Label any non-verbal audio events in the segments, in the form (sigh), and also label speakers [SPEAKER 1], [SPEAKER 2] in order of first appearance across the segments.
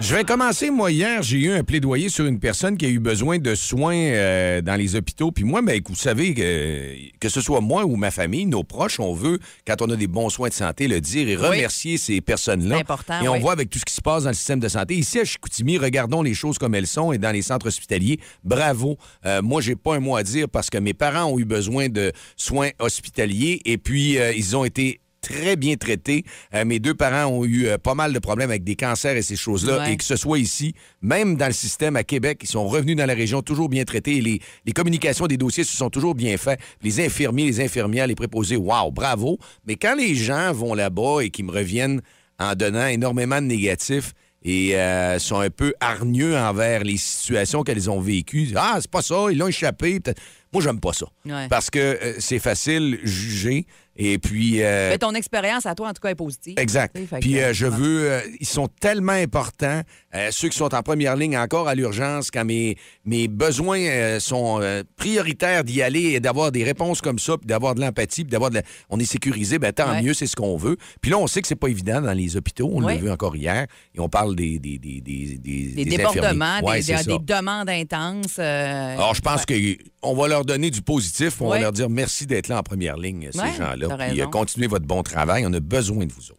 [SPEAKER 1] Je vais commencer. Moi, hier, j'ai eu un plaidoyer sur une personne qui a eu besoin de soins euh, dans les hôpitaux. Puis moi, ben, écoute, vous savez, que, que ce soit moi ou ma famille, nos proches, on veut, quand on a des bons soins de santé, le dire et remercier ces personnes-là.
[SPEAKER 2] C'est important,
[SPEAKER 1] Et on
[SPEAKER 2] oui.
[SPEAKER 1] voit avec tout ce qui se passe dans le système de santé. Ici, à Chicoutimi, regardons les choses comme elles sont et dans les centres hospitaliers. Bravo. Euh, moi, j'ai pas un mot à dire parce que mes parents ont eu besoin de soins hospitaliers et puis euh, ils ont été très bien traités. Euh, mes deux parents ont eu euh, pas mal de problèmes avec des cancers et ces choses-là.
[SPEAKER 2] Ouais.
[SPEAKER 1] Et que ce soit ici, même dans le système à Québec, ils sont revenus dans la région toujours bien traités. Et les, les communications des dossiers se sont toujours bien faites. Les infirmiers, les infirmières, les préposés, wow, bravo. Mais quand les gens vont là-bas et qu'ils me reviennent en donnant énormément de négatifs et euh, sont un peu hargneux envers les situations qu'elles ont vécues, ah, c'est pas ça, ils l'ont échappé. peut-être. Moi, j'aime pas ça.
[SPEAKER 2] Ouais.
[SPEAKER 1] Parce que euh, c'est facile juger et puis. euh,
[SPEAKER 2] Mais ton expérience à toi, en tout cas, est positive.
[SPEAKER 1] Exact.
[SPEAKER 2] Tu sais, fait
[SPEAKER 1] Puis
[SPEAKER 2] que-
[SPEAKER 1] euh, je veux, euh, ils sont tellement importants, euh, ceux qui sont en première ligne encore à l'urgence, quand mes, mes besoins euh, sont euh, prioritaires d'y aller et d'avoir des réponses comme ça, puis d'avoir de l'empathie, puis d'avoir de la... On est sécurisé, ben tant
[SPEAKER 2] Ouais.
[SPEAKER 1] mieux, c'est ce qu'on veut. Puis là, on sait que c'est pas évident dans les hôpitaux, on
[SPEAKER 2] Ouais.
[SPEAKER 1] l'a vu encore hier, et on parle des... Des, des, des,
[SPEAKER 2] Des,
[SPEAKER 1] des
[SPEAKER 2] débordements,
[SPEAKER 1] infirmiers. Ouais,
[SPEAKER 2] des,
[SPEAKER 1] c'est
[SPEAKER 2] des- des
[SPEAKER 1] ça.
[SPEAKER 2] demandes intenses. euh,
[SPEAKER 1] Alors, je pense qu'on va leur donner du positif, on
[SPEAKER 2] Ouais.
[SPEAKER 1] va leur dire merci d'être là en première ligne, ces
[SPEAKER 2] Ouais,
[SPEAKER 1] gens-là.
[SPEAKER 2] t'as
[SPEAKER 1] Puis euh,
[SPEAKER 2] raison.
[SPEAKER 1] continuez votre bon travail, on a besoin de vous autres.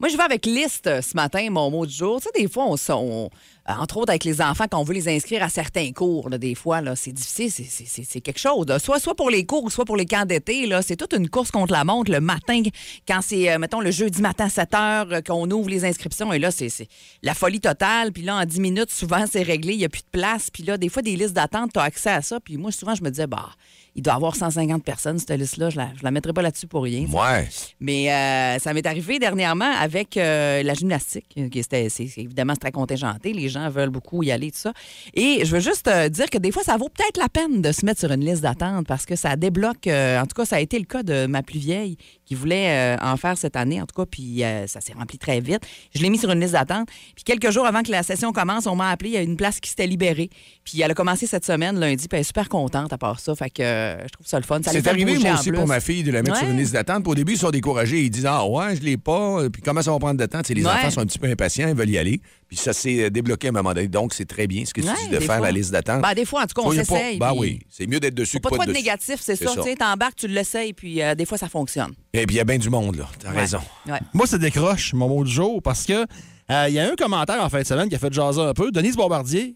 [SPEAKER 2] Moi, je vais avec liste euh, ce matin, mon mot du jour. Tu sais, des fois, on, s- on- euh, entre autres avec les enfants, quand on veut les inscrire à certains cours, là, des fois, là, c'est difficile, c'est- c'est- c'est c'est quelque chose. là. Soit, soit pour les cours, soit pour les camps d'été, là, c'est toute une course contre la montre le matin, quand c'est, euh, mettons, le jeudi matin à 7 heures euh, qu'on ouvre les inscriptions. Et là, c'est c'est la folie totale. Puis là, en 10 minutes, souvent, c'est réglé, il n'y a plus de place. Puis là, des fois, des listes d'attente, tu as accès à ça. Puis moi, souvent, je me disais, bah, il doit y avoir 150 personnes, cette liste-là. Je la, je la mettrai pas là-dessus pour rien.
[SPEAKER 1] Ouais.
[SPEAKER 2] Mais euh, ça m'est arrivé dernièrement avec euh, la gymnastique. euh, qui c'était- c'est- c'est- évidemment, c'est très contingenté. Les gens veulent beaucoup y aller, tout ça. Et je veux juste euh, dire que des fois, ça vaut peut-être la peine de se mettre sur une liste d'attente parce que ça débloque. euh, en tout cas, ça a été le cas de ma plus vieille qui voulait euh, en faire cette année, en tout cas, puis euh, ça s'est rempli très vite. Je l'ai mis sur une liste d'attente. Puis quelques jours avant que la session commence, on m'a appelé. Il y a une place qui s'était libérée. Puis elle a commencé cette semaine, lundi, puis elle est super contente à part ça. Fait que euh, je trouve ça le fun. Ça les
[SPEAKER 1] C'est
[SPEAKER 2] fait
[SPEAKER 1] arrivé,
[SPEAKER 2] bouger
[SPEAKER 1] moi
[SPEAKER 2] en
[SPEAKER 1] aussi, pour
[SPEAKER 2] plus.
[SPEAKER 1] ma fille, de la mettre sur
[SPEAKER 2] Ouais.
[SPEAKER 1] une liste d'attente. Puis Au début, ils sont découragés. Ils disent Ah, ouais, je l'ai pas. Puis comment ça va prendre de temps? Tu sais, les
[SPEAKER 2] Ouais.
[SPEAKER 1] enfants sont un petit peu impatients, ils veulent y aller. Puis ça s'est euh, débloqué à un moment donné. Donc, c'est très bien ce que tu
[SPEAKER 2] Ouais,
[SPEAKER 1] dis de
[SPEAKER 2] des
[SPEAKER 1] faire
[SPEAKER 2] fois.
[SPEAKER 1] la liste d'attente.
[SPEAKER 2] Ben, des fois, en tout cas, on
[SPEAKER 1] Soyez pas-
[SPEAKER 2] s'essaye,
[SPEAKER 1] Ben
[SPEAKER 2] puis-
[SPEAKER 1] oui, c'est mieux d'être dessus
[SPEAKER 2] Faut
[SPEAKER 1] que
[SPEAKER 2] pas,
[SPEAKER 1] pas,
[SPEAKER 2] de
[SPEAKER 1] dessus.
[SPEAKER 2] négatif, c'est ça.
[SPEAKER 1] ça.
[SPEAKER 2] Tu
[SPEAKER 1] (laughs)
[SPEAKER 2] sais, t'embarques, tu l'essayes, puis euh, des fois, ça fonctionne.
[SPEAKER 1] Et puis, il y a Eh bien du monde, là. T'as
[SPEAKER 2] Ouais.
[SPEAKER 1] raison.
[SPEAKER 2] Ouais.
[SPEAKER 3] Moi, ça décroche mon mot du jour parce que euh, il y a un commentaire en fin de semaine qui a fait jaser un peu. Denise Bombardier,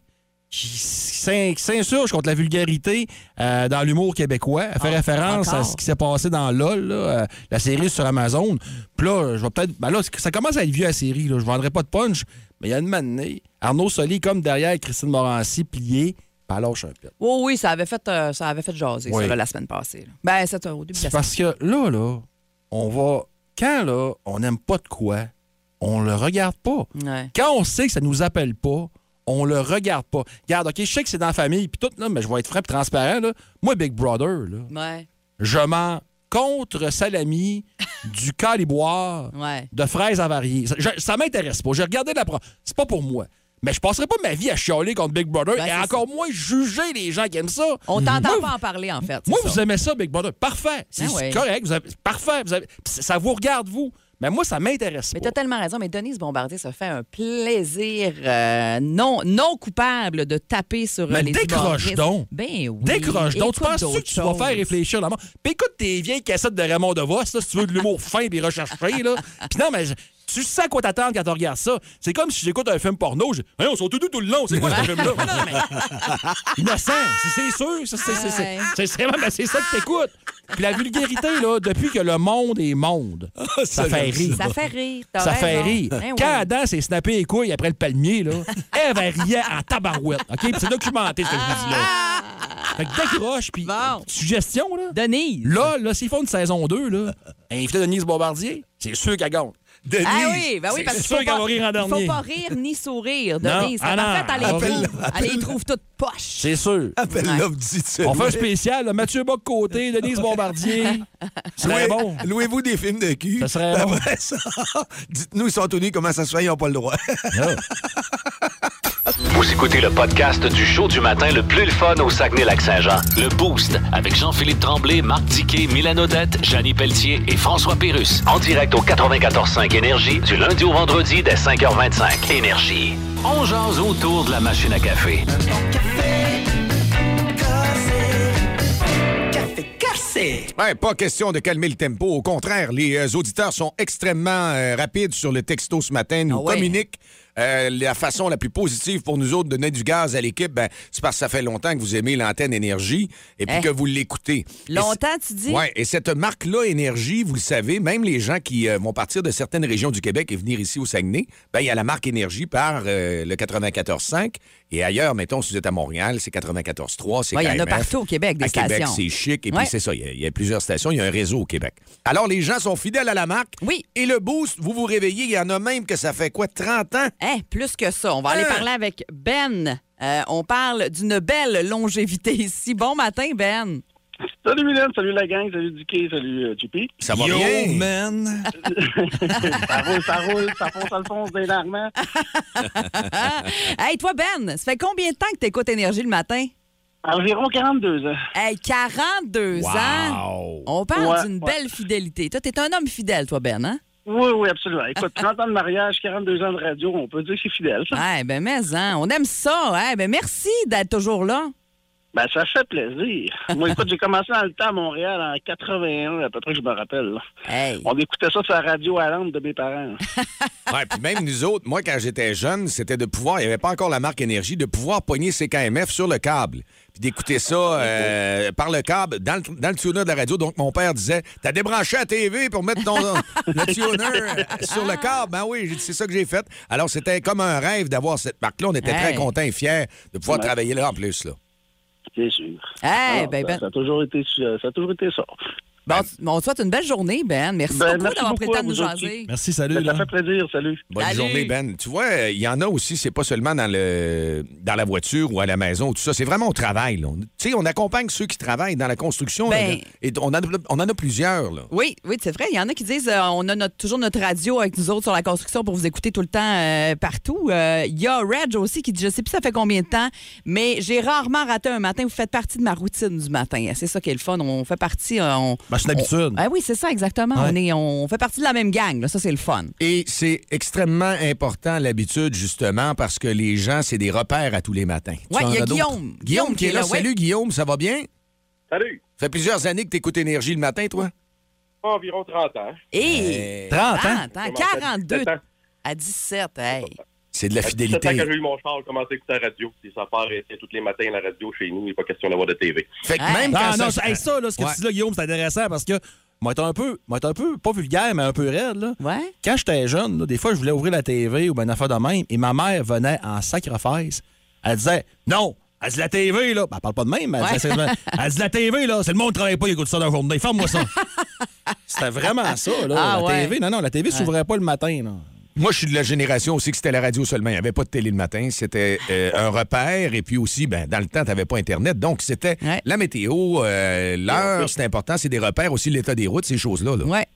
[SPEAKER 3] qui s'in- qui s'insurge contre la vulgarité euh, dans l'humour québécois. Elle fait
[SPEAKER 2] Ah,
[SPEAKER 3] référence à
[SPEAKER 2] encore?
[SPEAKER 3] ce qui s'est passé dans LOL, là, euh, la série sur Amazon. Puis là, je vais peut-être. Ben là, ça commence à être vieux la série. Là. Je vendrai pas de punch. Mais il y a une manée. Arnaud Soli, comme derrière Christine Morancy, plié. Pas lâche un peu.
[SPEAKER 2] Oui, oui, ça avait fait, euh, ça avait fait jaser,
[SPEAKER 3] Oui.
[SPEAKER 2] ça, là, la semaine passée. là. Ben, c'est euh, au début de la
[SPEAKER 3] C'est
[SPEAKER 2] semaine.
[SPEAKER 3] parce que là, là, on va. Quand là, on n'aime pas de quoi, on le regarde pas.
[SPEAKER 2] Ouais.
[SPEAKER 3] Quand on sait que ça nous appelle pas, on le regarde pas. Regarde, OK, je sais que c'est dans la famille, puis tout, là, mais je vais être frais et transparent. Là. Moi, Big Brother, là,
[SPEAKER 2] Ouais,
[SPEAKER 3] je m'en
[SPEAKER 2] (laughs)
[SPEAKER 3] contre salami du caliboire
[SPEAKER 2] ouais.
[SPEAKER 3] de fraises avariées. Ça, je- ça m'intéresse pas. J'ai regardé la première. C'est pas pour moi. Mais je passerai pas ma vie à chialer contre Big Brother
[SPEAKER 2] Ben,
[SPEAKER 3] et
[SPEAKER 2] c'est
[SPEAKER 3] encore moins juger les gens qui aiment ça.
[SPEAKER 1] (laughs)
[SPEAKER 2] On t'entend
[SPEAKER 3] Moi,
[SPEAKER 2] pas en parler, en fait.
[SPEAKER 3] moi,
[SPEAKER 2] c'est
[SPEAKER 3] vous
[SPEAKER 2] ça.
[SPEAKER 3] aimez ça, Big Brother. Parfait. C'est
[SPEAKER 2] Ah ouais.
[SPEAKER 3] correct. Vous avez- parfait. Vous avez- Puis ça vous regarde, vous. Mais moi, ça m'intéresse
[SPEAKER 2] Mais
[SPEAKER 3] pas.
[SPEAKER 2] t'as tellement raison. Mais Denise Bombardier se fait un plaisir euh, non, non coupable de taper sur euh,
[SPEAKER 3] Mais
[SPEAKER 2] les
[SPEAKER 3] décroche
[SPEAKER 2] humoristes.
[SPEAKER 3] donc.
[SPEAKER 2] Ben oui.
[SPEAKER 3] Décroche donc. Tu
[SPEAKER 2] Écoute
[SPEAKER 3] penses que
[SPEAKER 2] d'autres
[SPEAKER 3] tu vas faire
[SPEAKER 2] choses.
[SPEAKER 3] réfléchir la mort? Puis écoute tes vieilles cassettes de Raymond DeVos, là, si tu veux de
[SPEAKER 2] (laughs)
[SPEAKER 3] l'humour fin et recherché. Là. Puis non, mais je- tu sais à quoi t'attendre quand tu regardes ça. C'est comme si j'écoute un film porno. Je... Hey, on sont tout doux tout le long. C'est quoi
[SPEAKER 2] (laughs)
[SPEAKER 3] ce film-là? Non, non, mais- (laughs) Innocent, c'est- c'est sûr. ça, c'est- c'est- c'est-
[SPEAKER 2] Ouais.
[SPEAKER 3] C'est c'est vraiment ben, c'est ça que t'écoutes. Puis la vulgarité, là, depuis que le monde
[SPEAKER 2] (laughs)
[SPEAKER 3] est monde, ça fait rire.
[SPEAKER 2] Ah, Ça fait rire. t'as
[SPEAKER 3] Ça fait
[SPEAKER 2] raison.
[SPEAKER 3] rire.
[SPEAKER 2] Ben oui.
[SPEAKER 3] Quand Adam s'est snappé les couilles après le
[SPEAKER 2] (laughs)
[SPEAKER 3] palmier, là, Eve, elle riait en tabarouette. OK? Puis c'est documenté, ce que je vous dis là. Fait que décroche, puis
[SPEAKER 2] Ah! Bon.
[SPEAKER 3] suggestion, là.
[SPEAKER 2] Denise.
[SPEAKER 3] Là, là s'ils font une saison 2, là, inviter Denise Bombardier, c'est sûr qu'elle gagne. Denise!
[SPEAKER 2] Ah oui, ben oui, parce
[SPEAKER 3] C'est
[SPEAKER 2] qu'il
[SPEAKER 3] sûr
[SPEAKER 2] faut
[SPEAKER 3] qu'elle va
[SPEAKER 2] pas,
[SPEAKER 3] rire en
[SPEAKER 2] il faut
[SPEAKER 3] dernier.
[SPEAKER 2] pas rire ni sourire,
[SPEAKER 3] Non.
[SPEAKER 2] Denise.
[SPEAKER 3] Ah
[SPEAKER 2] En
[SPEAKER 3] non.
[SPEAKER 2] fait, elle les
[SPEAKER 3] Appelle-
[SPEAKER 2] trouve, elle les trouve toutes poches.
[SPEAKER 3] C'est sûr.
[SPEAKER 1] Appelle
[SPEAKER 2] Ouais.
[SPEAKER 1] l'offre du titre.
[SPEAKER 3] On fait un spécial, là, Mathieu Bock côté, Denise
[SPEAKER 1] (laughs)
[SPEAKER 3] Bombardier.
[SPEAKER 1] Louez-
[SPEAKER 3] C'est bon.
[SPEAKER 1] Louez-vous des films de cul.
[SPEAKER 3] Ça serait
[SPEAKER 1] Puis
[SPEAKER 3] bon.
[SPEAKER 1] après ça, dites-nous, ils sont tenus, comment ça se fait, ils n'ont pas le droit.
[SPEAKER 4] Vous écoutez le podcast du show du matin le plus le fun au Saguenay-Lac-Saint-Jean. Le Boost avec Jean-Philippe Tremblay, Marc Diquet, Milan Odette, Janine Pelletier et François Pérus. En direct au 94.5 Énergie du lundi au vendredi dès 5h25. Énergie. (laughs) On jase autour de la machine à café.
[SPEAKER 1] Ben, pas question de calmer le tempo. Au contraire, les euh, auditeurs sont extrêmement euh, rapides sur le texto ce matin. Nous
[SPEAKER 2] Ah ouais.
[SPEAKER 1] communiquent euh, la façon la plus positive pour nous autres de donner du gaz à l'équipe. Ben, c'est parce que ça fait longtemps que vous aimez l'antenne Énergie et puis
[SPEAKER 2] Hein?
[SPEAKER 1] que vous l'écoutez. Et
[SPEAKER 2] Longtemps, tu dis?
[SPEAKER 1] Ouais, et cette marque-là, Énergie, vous le savez, même les gens qui euh, vont partir de certaines régions du Québec et venir ici au Saguenay, ben, il y a la marque Énergie par euh, le 94.5. Et ailleurs, mettons, si vous êtes à Montréal, c'est 94.3, c'est
[SPEAKER 2] Ouais, il y en a
[SPEAKER 1] KMF.
[SPEAKER 3] hein.
[SPEAKER 2] partout au Québec, des
[SPEAKER 1] À Québec,
[SPEAKER 2] stations.
[SPEAKER 1] c'est chic. Et
[SPEAKER 2] Ouais.
[SPEAKER 1] puis, c'est ça, il y a- il y, a plusieurs stations, il y a un réseau au Québec. Alors, les gens sont fidèles à la marque.
[SPEAKER 2] Oui.
[SPEAKER 1] Et le boost, vous vous réveillez, il y en a même que ça fait quoi, 30 ans?
[SPEAKER 2] Hein, plus que ça. On va aller
[SPEAKER 1] Hein?
[SPEAKER 2] parler avec Ben. Euh, on parle d'une belle longévité ici. Bon matin, Ben.
[SPEAKER 5] Salut Mylène, salut la gang, salut Dicky, salut euh, JP.
[SPEAKER 1] Ça va bien?
[SPEAKER 5] (laughs)
[SPEAKER 6] man!
[SPEAKER 5] Ça roule, ça roule, ça fonce Alphonse des larmes.
[SPEAKER 2] (laughs) Hey, toi, Ben, ça fait combien de temps que tu écoutes Énergie le matin?
[SPEAKER 5] Environ 42 ans.
[SPEAKER 2] Hey, 42 ans.
[SPEAKER 1] Wow!
[SPEAKER 2] On parle
[SPEAKER 5] Ouais,
[SPEAKER 2] d'une
[SPEAKER 5] ouais.
[SPEAKER 2] belle fidélité. Toi, t'es un homme fidèle, toi, Ben, hein?
[SPEAKER 5] Oui, oui, absolument. Écoute, 30 ans de mariage, 42 ans de radio, on peut dire que c'est fidèle, ça.
[SPEAKER 2] Ouais, ben, mais, hein, on aime ça. Hey, ben, merci d'être toujours là.
[SPEAKER 5] Ben, ça fait plaisir. Moi, écoute, j'ai commencé dans le temps à Montréal en 81, à peu près, je me rappelle. là.
[SPEAKER 2] Hey.
[SPEAKER 5] On écoutait ça sur la radio à l'âme de
[SPEAKER 2] (laughs)
[SPEAKER 5] mes parents.
[SPEAKER 1] Ouais, puis même nous autres, moi, quand j'étais jeune, c'était de pouvoir, il n'y avait pas encore la marque Énergie, de pouvoir pogner CKMF sur le câble. Puis d'écouter ça euh, par le câble, dans le, dans le tuner de la radio. Donc, mon père disait T'as débranché la TV pour mettre ton le tuner euh, sur le câble. Ben oui, j'ai dit, c'est ça que j'ai fait. Alors, c'était comme un rêve d'avoir cette marque-là. On était très
[SPEAKER 2] Hey.
[SPEAKER 1] contents et fiers de pouvoir
[SPEAKER 5] Ouais.
[SPEAKER 1] travailler là en plus. Là.
[SPEAKER 5] C'est sûr.
[SPEAKER 2] Hey,
[SPEAKER 5] Alors,
[SPEAKER 2] ben,
[SPEAKER 5] ça-
[SPEAKER 2] Ben.
[SPEAKER 5] Ça a toujours été, euh, ça ça a toujours été ça.
[SPEAKER 2] Bon, tu- bon, on te souhaite une belle journée, Ben. Merci
[SPEAKER 5] Ben,
[SPEAKER 2] beaucoup
[SPEAKER 5] merci
[SPEAKER 2] d'avoir pris le
[SPEAKER 5] beaucoup
[SPEAKER 2] temps
[SPEAKER 5] à
[SPEAKER 2] de nous
[SPEAKER 5] vous autres.
[SPEAKER 2] jaser.
[SPEAKER 6] Merci, salut,
[SPEAKER 5] Ben, ça
[SPEAKER 6] là.
[SPEAKER 5] fait plaisir, salut.
[SPEAKER 1] Bonne
[SPEAKER 2] Salut.
[SPEAKER 1] journée, Ben. Tu vois, euh, il y en a aussi, c'est pas seulement dans, le, dans la voiture ou à la maison ou tout ça, c'est vraiment au travail. là. On- Tu sais, on accompagne ceux qui travaillent dans la construction. là,
[SPEAKER 2] Ben-
[SPEAKER 1] là. et on en, a- on en a plusieurs. Là.
[SPEAKER 2] Oui, oui, c'est vrai. Il y en a qui disent euh, on a notre- toujours notre radio avec nous autres sur la construction pour vous écouter tout le temps euh, partout. Euh, Il y a Reg aussi qui dit je sais plus ça fait combien de temps, mais j'ai rarement raté un matin. Vous faites partie de ma routine du matin. C'est ça qui est le fun. On fait partie. euh, on,
[SPEAKER 6] Ben, c'est une habitude.
[SPEAKER 2] Ah oui, c'est ça exactement.
[SPEAKER 6] Ouais.
[SPEAKER 2] On est, on fait partie de la même gang. là. Ça c'est le fun.
[SPEAKER 1] Et c'est extrêmement important, l'habitude, justement, parce que les gens, c'est des repères à tous les matins. Tu
[SPEAKER 2] Ouais,
[SPEAKER 1] en
[SPEAKER 2] il y a
[SPEAKER 1] as d'autres?
[SPEAKER 2] Guillaume.
[SPEAKER 1] Guillaume qui est là.
[SPEAKER 2] ouais.
[SPEAKER 1] Salut, Guillaume, ça va bien?
[SPEAKER 7] Salut.
[SPEAKER 1] Ça fait plusieurs années que tu écoutes Énergie le matin, toi?
[SPEAKER 7] Pas environ 30 ans.
[SPEAKER 2] Et
[SPEAKER 6] 30 ans?
[SPEAKER 2] attends,
[SPEAKER 7] J'ai commencé à
[SPEAKER 2] 42
[SPEAKER 7] 17 ans.
[SPEAKER 2] à 17. Hey.
[SPEAKER 1] C'est de la
[SPEAKER 7] À 17 ans
[SPEAKER 1] fidélité.
[SPEAKER 7] que j'ai eu mon char, j'ai commencé à écouter la radio. Puis ça part arrêter tous les matins la radio chez nous. Il n'est pas question d'avoir de TV.
[SPEAKER 1] Fait que
[SPEAKER 2] Hey.
[SPEAKER 1] même quand
[SPEAKER 6] Ah, non,
[SPEAKER 1] ça-
[SPEAKER 6] hey, ça, là, ce que
[SPEAKER 1] Ouais.
[SPEAKER 6] tu dis là, Guillaume, c'est intéressant parce que moi, être un peu, moi, être un peu, pas vulgaire, mais un peu raide, là.
[SPEAKER 2] Ouais.
[SPEAKER 6] Quand j'étais jeune, là, des fois, je voulais ouvrir la TV ou ben, une affaire de même, et ma mère venait en sacrifice. Elle disait Non! Elle dit la TV, là. Ben, elle parle pas de même, mais elle,
[SPEAKER 2] Ouais.
[SPEAKER 6] disait sérieusement, elle dit la TV, là. C'est le monde qui travaille pas, il écoute ça dans la journée. Ferme-moi
[SPEAKER 1] (laughs)
[SPEAKER 6] ça. C'était vraiment ça, là.
[SPEAKER 2] Ah,
[SPEAKER 6] la
[SPEAKER 2] ouais.
[SPEAKER 6] TV, non, non, la TV s'ouvrait pas le matin, là.
[SPEAKER 1] Moi, je suis de la génération aussi que c'était la radio seulement. Il n'y avait pas de télé le matin. C'était euh, un repère. Et puis aussi, ben, dans le temps, tu n'avais pas Internet. Donc, c'était
[SPEAKER 2] Ouais.
[SPEAKER 1] la météo, euh, l'heure, c'est important. C'est des repères aussi, l'état des routes, ces choses-là. là.
[SPEAKER 2] Ouais.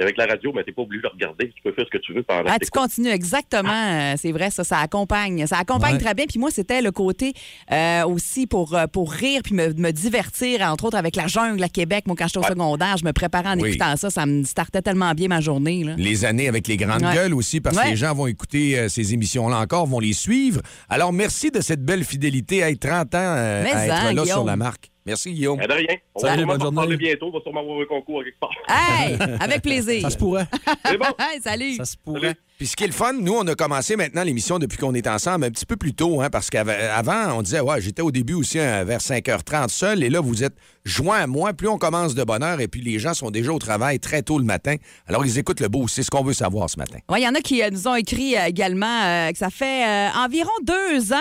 [SPEAKER 7] Et Avec la radio, mais t'es pas obligé de regarder. Tu peux faire ce que tu veux pendant
[SPEAKER 2] Ah,
[SPEAKER 7] que
[SPEAKER 2] tu
[SPEAKER 7] t'écoutes.
[SPEAKER 2] continues, exactement. Euh, C'est vrai, ça, ça accompagne. Ça accompagne
[SPEAKER 6] Ouais.
[SPEAKER 2] très bien. Puis moi, c'était le côté euh, aussi pour, euh, pour rire puis me, me divertir, entre autres avec la jungle à Québec. Moi, quand j'étais au secondaire, je me préparais en
[SPEAKER 1] Oui.
[SPEAKER 2] écoutant ça. Ça me startait tellement bien ma journée. Là.
[SPEAKER 1] Les années avec les grandes
[SPEAKER 2] Ouais.
[SPEAKER 1] gueules aussi, parce que
[SPEAKER 2] Ouais.
[SPEAKER 1] les gens vont écouter euh, ces émissions-là encore, vont les suivre. Alors, merci de cette belle fidélité à être 30 ans euh,
[SPEAKER 2] Mais
[SPEAKER 1] à être
[SPEAKER 2] hein,
[SPEAKER 1] là sur
[SPEAKER 2] Guillaume.
[SPEAKER 1] la marque. Merci, Guillaume.
[SPEAKER 7] Ah, de rien. On
[SPEAKER 6] Salut,
[SPEAKER 7] va sûrement
[SPEAKER 6] bonne
[SPEAKER 7] s'en reparler
[SPEAKER 6] journée.
[SPEAKER 7] bientôt. On va sûrement avoir un concours à quelque part. (laughs)
[SPEAKER 2] Hey, avec plaisir.
[SPEAKER 6] Ça se
[SPEAKER 2] (laughs)
[SPEAKER 6] pourrait.
[SPEAKER 7] C'est bon.
[SPEAKER 2] Hey, salut.
[SPEAKER 6] Ça se pourrait.
[SPEAKER 1] Puis ce qui est le fun, nous, on a commencé maintenant l'émission depuis qu'on est ensemble un petit peu plus tôt, hein, parce qu'avant, on disait, ouais, j'étais au début aussi hein, vers 5h30 seul, et là, vous êtes joint à moi. Plus on commence de bonne heure, et puis les gens sont déjà au travail très tôt le matin. Alors, ils écoutent le beau, c'est ce qu'on veut savoir ce matin.
[SPEAKER 2] Oui, il y en a qui euh, nous ont écrit euh, également euh, que ça fait euh, environ deux ans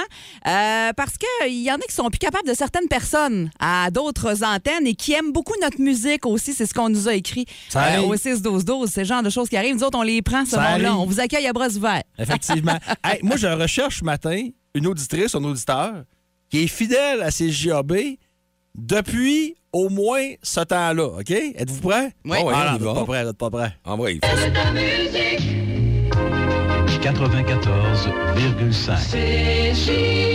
[SPEAKER 2] euh, parce qu'il y en a qui sont plus capables de certaines personnes à d'autres antennes et qui aiment beaucoup notre musique aussi. C'est ce qu'on nous a écrit euh,
[SPEAKER 6] Ça arrive.
[SPEAKER 2] au 6-12-12. C'est le genre de choses qui arrivent. Nous autres, on les prend, ce
[SPEAKER 6] Ça
[SPEAKER 2] monde-là.
[SPEAKER 6] arrive.
[SPEAKER 2] On vous accueille à bras ouverts.
[SPEAKER 6] Effectivement. Hey, moi, je recherche ce matin une auditrice, un auditeur, qui est fidèle à ses JAB depuis au moins ce temps-là, OK? Êtes-vous prêts?
[SPEAKER 2] Oui.
[SPEAKER 6] Ah,
[SPEAKER 1] Ah ouais,
[SPEAKER 6] non,
[SPEAKER 1] on y
[SPEAKER 6] vous
[SPEAKER 1] va.
[SPEAKER 6] êtes pas prêts, vous êtes pas prêts.
[SPEAKER 1] En vrai,
[SPEAKER 8] 94,5.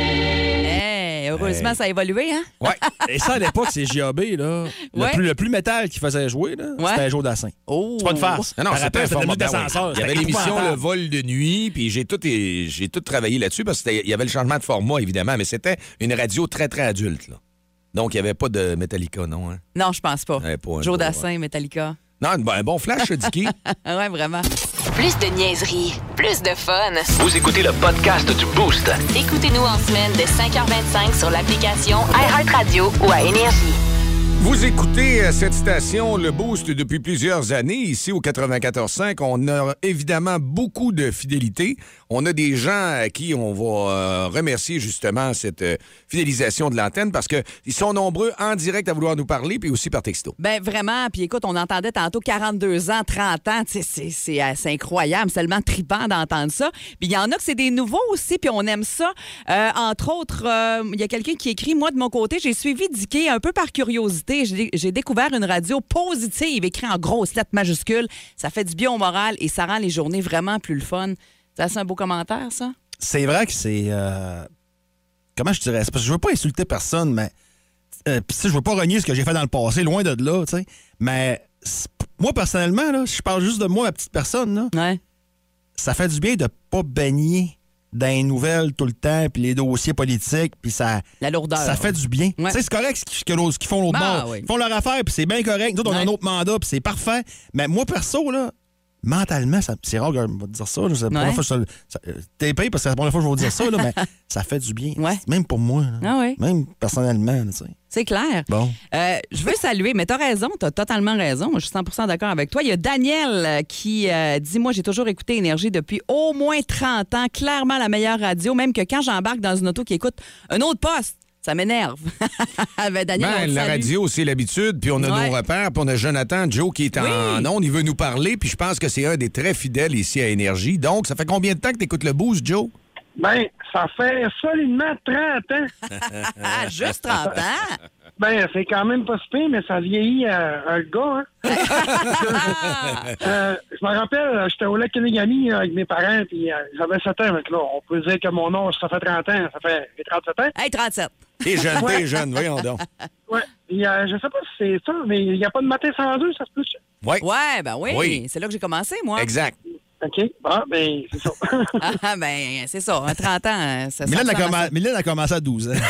[SPEAKER 2] Hey, heureusement, ça a évolué, hein?
[SPEAKER 6] Ouais. Et ça, à l'époque, c'est JAB, là.
[SPEAKER 2] Ouais.
[SPEAKER 6] Le, plus, le plus métal qui faisait jouer, là,
[SPEAKER 2] Ouais.
[SPEAKER 6] c'était Joe Dassin.
[SPEAKER 2] Oh!
[SPEAKER 6] C'est pas une farce.
[SPEAKER 1] Non, non,
[SPEAKER 6] Je me
[SPEAKER 1] c'était
[SPEAKER 6] rappelle,
[SPEAKER 1] un
[SPEAKER 6] c'était
[SPEAKER 1] format.
[SPEAKER 6] une minute
[SPEAKER 1] ben oui.
[SPEAKER 6] d'ascenseur.
[SPEAKER 1] Il y avait
[SPEAKER 6] C'était
[SPEAKER 1] l'émission
[SPEAKER 6] épouvantable.
[SPEAKER 1] Le vol de nuit, puis j'ai tout, et- j'ai tout travaillé là-dessus parce qu'il y avait le changement de format, évidemment, mais c'était une radio très, très adulte. là. Donc, il n'y avait pas de Metallica, non? hein?
[SPEAKER 2] Non, je pense pas.
[SPEAKER 1] Ouais, pas un
[SPEAKER 2] Joe
[SPEAKER 1] bon,
[SPEAKER 2] Dassin, Metallica.
[SPEAKER 1] Non, ben, un bon flash, Dicky.
[SPEAKER 2] Ah (laughs) ouais, vraiment.
[SPEAKER 9] Plus de niaiserie, plus de fun.
[SPEAKER 4] Vous (laughs) écoutez le podcast du Boost.
[SPEAKER 9] Écoutez-nous en semaine de 5h25 sur l'application iHeartRadio ou à Énergie.
[SPEAKER 1] Vous écoutez euh, cette station, le Boost, depuis plusieurs années, ici au 94.5. On a évidemment beaucoup de fidélité. On a des gens à qui on va euh, remercier justement cette euh, fidélisation de l'antenne parce que ils sont nombreux en direct à vouloir nous parler, puis aussi par texto.
[SPEAKER 2] Ben vraiment, puis écoute, on entendait tantôt 42 ans, 30 ans, tu sais, c'est c'est, euh, c'est incroyable, c'est tellement tripant d'entendre ça. Puis il y en a que c'est des nouveaux aussi, puis on aime ça. Euh, entre autres, euh, il y a quelqu'un qui écrit, moi de mon côté, j'ai suivi Dicky un peu par curiosité, J'ai- j'ai découvert une radio positive, écrite en grosses lettres majuscules. Ça fait du bien au moral et ça rend les journées vraiment plus le fun. C'est assez un beau commentaire, ça?
[SPEAKER 3] C'est vrai que c'est. euh, Comment je dirais ça? Parce que je veux pas insulter personne, mais. euh, Puis, tu sais, je veux pas renier ce que j'ai fait dans le passé, loin de là, tu sais. Mais c'est- moi, personnellement, là, si je parle juste de moi, ma petite personne, là,
[SPEAKER 2] Ouais.
[SPEAKER 3] ça fait du bien de pas baigner dans les nouvelles tout le temps, puis les dossiers politiques, puis ça.
[SPEAKER 2] La lourdeur.
[SPEAKER 3] Ça fait du bien.
[SPEAKER 2] Ouais.
[SPEAKER 3] Tu sais, c'est correct ce qu'ils- ce que l'autre- ce qu'ils font l'autre
[SPEAKER 2] Bah,
[SPEAKER 3] bord.
[SPEAKER 2] oui.
[SPEAKER 3] Ils font leur affaire, puis c'est bien correct. Nous autres, on a
[SPEAKER 2] Ouais.
[SPEAKER 3] un autre mandat, puis c'est parfait. Mais moi, perso, là, mentalement, ça- c'est rare que je vais dire ça. là, C'est la
[SPEAKER 2] Ouais.
[SPEAKER 3] première fois que je- ça- euh, T'es payé parce que c'est la première fois que je vais vous dire ça,
[SPEAKER 2] (laughs)
[SPEAKER 3] là, mais ça fait du bien.
[SPEAKER 2] Ouais.
[SPEAKER 3] Même pour moi. là.
[SPEAKER 2] Ah oui.
[SPEAKER 3] Même personnellement, là, tu sais.
[SPEAKER 2] C'est clair.
[SPEAKER 3] Bon.
[SPEAKER 2] Euh, je veux saluer, mais t'as raison, t'as totalement raison. Je suis 100 d'accord avec toi. Il y a Daniel euh, qui euh, dit Moi, j'ai toujours écouté Énergie depuis au moins 30 ans. Clairement la meilleure radio, même que quand j'embarque dans une auto qui écoute un autre poste, ça m'énerve. (laughs) Ben, Daniel, on
[SPEAKER 1] Ben,
[SPEAKER 2] te
[SPEAKER 1] la
[SPEAKER 2] salue.
[SPEAKER 1] radio, c'est l'habitude, puis on a
[SPEAKER 2] Ouais.
[SPEAKER 1] nos repères, puis on a Jonathan, Joe qui est en onde, il veut nous parler, puis je pense que c'est un des très fidèles ici à Énergie. Donc, ça fait combien de temps que tu écoutes le Boost, Joe?
[SPEAKER 5] Ben, ça fait solidement 30 ans.
[SPEAKER 2] Ah, (laughs) juste 30 ans.
[SPEAKER 5] Ben, c'est quand même pas super, mais ça vieillit euh, un gars, hein.
[SPEAKER 2] (laughs)
[SPEAKER 5] Euh, je me rappelle, euh, j'étais au lac Kenegami euh, avec mes parents, puis euh, j'avais 7 ans. Donc là, on peut dire que mon nom, ça fait 30 ans, ça fait j'ai 37 ans.
[SPEAKER 2] Hey, 37.
[SPEAKER 1] T'es jeune, t'es jeune, voyons
[SPEAKER 2] (laughs)
[SPEAKER 1] donc.
[SPEAKER 5] Ouais. Puis, euh, je sais pas si c'est ça, mais il n'y a pas de matin sans deux, ça se peut.
[SPEAKER 1] Ouais,
[SPEAKER 2] Ouais, ben oui.
[SPEAKER 1] Oui.
[SPEAKER 2] C'est là que j'ai commencé, moi.
[SPEAKER 1] exact.
[SPEAKER 5] OK. Ah, ben, c'est ça.
[SPEAKER 2] (laughs) Ah, ben, c'est ça. un 30 ans, euh, ça
[SPEAKER 3] Mylène
[SPEAKER 2] ça ressemble
[SPEAKER 3] a,
[SPEAKER 2] à
[SPEAKER 3] commen-
[SPEAKER 2] ça.
[SPEAKER 3] Mylène a commencé à 12 ans. (laughs) Elle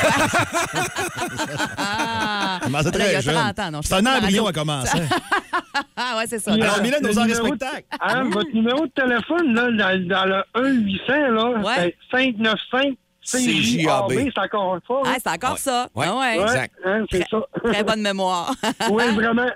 [SPEAKER 2] Ah,
[SPEAKER 3] a commencé
[SPEAKER 2] il y
[SPEAKER 3] très
[SPEAKER 2] a
[SPEAKER 3] jeune.
[SPEAKER 2] 30 ans, non, je
[SPEAKER 3] C'est un
[SPEAKER 2] sais pas,
[SPEAKER 3] embryon
[SPEAKER 2] allô.
[SPEAKER 3] à commencer.
[SPEAKER 2] (laughs) Ah, ouais, c'est ça.
[SPEAKER 5] Puis,
[SPEAKER 3] Alors,
[SPEAKER 5] euh,
[SPEAKER 3] Mylène,
[SPEAKER 5] le
[SPEAKER 3] nos heures de
[SPEAKER 5] numéro de-
[SPEAKER 3] spectacle.
[SPEAKER 5] Ah, votre numéro de téléphone, là, dans, dans le 1-800, là,
[SPEAKER 2] Ouais.
[SPEAKER 5] c'est 595 CJAB,
[SPEAKER 1] CJAB.
[SPEAKER 5] c'est encore une fois.
[SPEAKER 2] Ah, c'est encore ça.
[SPEAKER 1] Ouais.
[SPEAKER 2] Ah, ouais.
[SPEAKER 5] hein. Ouais,
[SPEAKER 1] exact.
[SPEAKER 5] hein, c'est ça.
[SPEAKER 2] Très bonne mémoire.
[SPEAKER 5] (laughs) oui,
[SPEAKER 2] (laughs)
[SPEAKER 5] vraiment.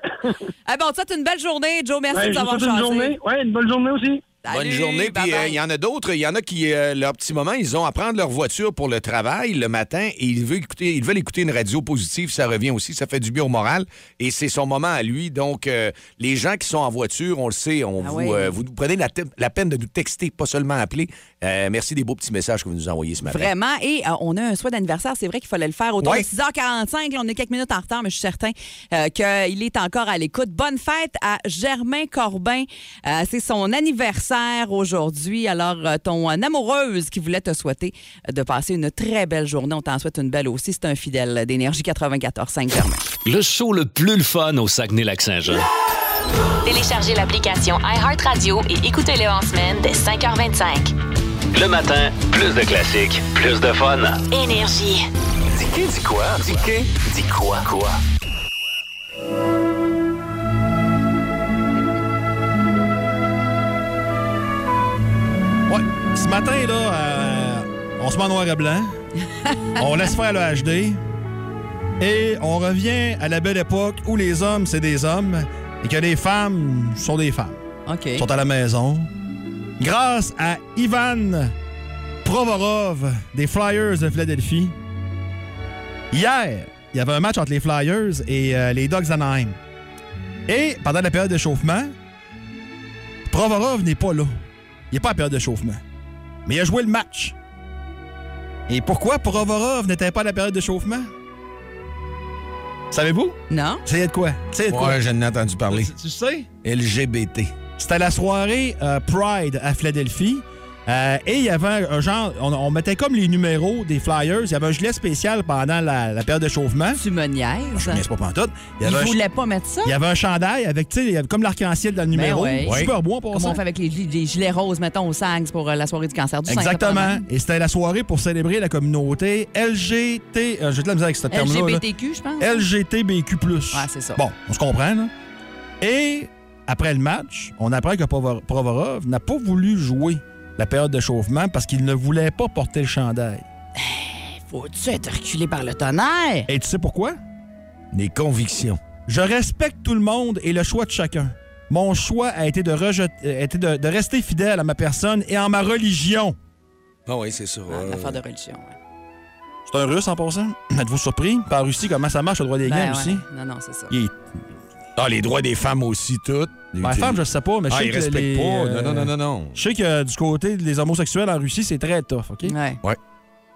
[SPEAKER 2] Ah bon, ça, c'est une belle journée, Joe. Merci
[SPEAKER 5] Ben,
[SPEAKER 2] de
[SPEAKER 5] je vous
[SPEAKER 2] t'avoir
[SPEAKER 5] souhaite
[SPEAKER 2] changé.
[SPEAKER 5] une journée. Ouais, une bonne journée aussi.
[SPEAKER 1] Bonne journée. Puis euh, il y en a d'autres. Il y en a qui, euh, leur petit moment, ils ont à prendre leur voiture pour le travail le matin et ils veulent écouter, ils veulent écouter une radio positive. Ça revient aussi. Ça fait du bien au moral. Et c'est son moment à lui. Donc, euh, les gens qui sont en voiture, on le sait, on
[SPEAKER 2] Ah
[SPEAKER 1] vous,
[SPEAKER 2] oui.
[SPEAKER 1] euh, vous nous prenez la, te- la peine de nous texter, pas seulement appeler. Euh, merci des beaux petits messages que vous nous envoyez ce matin.
[SPEAKER 2] Vraiment. Et euh, on a un souhait d'anniversaire. C'est vrai qu'il fallait le faire autour
[SPEAKER 1] Ouais.
[SPEAKER 2] de 6h45. Là, on est quelques minutes en retard, mais je suis certain euh, qu'il est encore à l'écoute. Bonne fête à Germain Corbin. Euh, c'est son anniversaire aujourd'hui. Alors, euh, ton euh, amoureuse qui voulait te souhaiter euh, de passer une très belle journée. On t'en souhaite une belle aussi. C'est un fidèle d'Énergie 94.5 Germain.
[SPEAKER 4] Le show le plus le fun au Saguenay-Lac-Saint-Jean.
[SPEAKER 9] Téléchargez l'application iHeartRadio et écoutez-le en semaine de 5h25.
[SPEAKER 4] Le matin, plus de classiques, plus de fun.
[SPEAKER 9] Énergie.
[SPEAKER 4] Dis-qui, dis quoi? Dis-qui, dis quoi? Quoi?
[SPEAKER 3] Ouais. Ce matin, là, euh, on se met en noir et blanc.
[SPEAKER 2] Ah. (laughs)
[SPEAKER 3] on laisse faire le HD. Et on revient à la belle époque où les hommes, c'est des hommes et que les femmes sont des femmes.
[SPEAKER 2] OK.
[SPEAKER 3] Sont à la maison. Grâce à Ivan Provorov des Flyers de Philadelphie. Hier, il y avait un match entre les Flyers et euh, les Dogs d'Anaheim. Et pendant la période d'échauffement, Provorov n'est pas là. Il n'est pas à la période d'échauffement. Mais il a joué le match. Et pourquoi Provorov n'était pas à la période d'échauffement? Savez-vous?
[SPEAKER 2] Non?
[SPEAKER 3] C'est de quoi? C'est de quoi?
[SPEAKER 1] Ouais, j'en ai entendu parler.
[SPEAKER 3] Tu- Tu sais?
[SPEAKER 1] LGBT.
[SPEAKER 3] C'était la soirée euh, Pride à Philadelphie. Euh, et il y avait un genre, on, on mettait comme les numéros des Flyers. Il y avait un gilet spécial pendant la, la période de chauffement.
[SPEAKER 2] Tu me niaises.
[SPEAKER 3] Mais c'est pas pantoute. Il y
[SPEAKER 2] Ils
[SPEAKER 3] avait un
[SPEAKER 2] voulaient pas mettre ça.
[SPEAKER 3] il y avait un chandail avec, tu sais, il y avait comme l'arc-en-ciel dans le
[SPEAKER 2] Ben
[SPEAKER 3] numéro.
[SPEAKER 2] ouais.
[SPEAKER 3] Super bon pour
[SPEAKER 2] Comme
[SPEAKER 3] ça.
[SPEAKER 2] on fait avec les, les gilets roses, mettons, au SAGS pour euh, la soirée du cancer du sein.
[SPEAKER 3] Exactement. Et c'était la soirée pour célébrer la communauté LGT. euh, J'ai de la misère avec ce terme-là. là.
[SPEAKER 2] LGBTQ, je pense.
[SPEAKER 3] LGTBQ.
[SPEAKER 2] Ouais, c'est ça.
[SPEAKER 3] Bon, on se comprend, là. Et après le match, on apprend que Provo- Provorov n'a pas voulu jouer la période de chauffement parce qu'il ne voulait pas porter le chandail.
[SPEAKER 2] Eh, Faut-tu être reculé par le tonnerre?
[SPEAKER 3] Et tu sais pourquoi?
[SPEAKER 1] Des convictions.
[SPEAKER 3] Je respecte tout le monde et le choix de chacun. Mon choix a été de, rejeter, a été de- de rester fidèle à ma personne et en ma religion.
[SPEAKER 1] Ah oui, c'est ça.
[SPEAKER 2] Ah,
[SPEAKER 1] ouais,
[SPEAKER 2] L'affaire
[SPEAKER 1] ouais.
[SPEAKER 2] de religion. ouais.
[SPEAKER 3] C'est un russe en passant. Êtes-vous surpris? Par Russie, comment ça marche le droit des
[SPEAKER 2] Ben
[SPEAKER 3] gants
[SPEAKER 2] ouais.
[SPEAKER 3] aussi?
[SPEAKER 2] Non, non, c'est ça.
[SPEAKER 3] Il est-
[SPEAKER 1] Ah, les droits des femmes aussi, toutes.
[SPEAKER 3] Ma Ben, femme, je sais pas, mais je
[SPEAKER 1] Ah,
[SPEAKER 3] sais
[SPEAKER 1] ils
[SPEAKER 3] que
[SPEAKER 1] respectent
[SPEAKER 3] les-
[SPEAKER 1] pas.
[SPEAKER 3] euh,
[SPEAKER 1] Non, non, non, non, non.
[SPEAKER 3] Je sais que euh, du côté des homosexuels en Russie, c'est très tough, OK?
[SPEAKER 2] Ouais.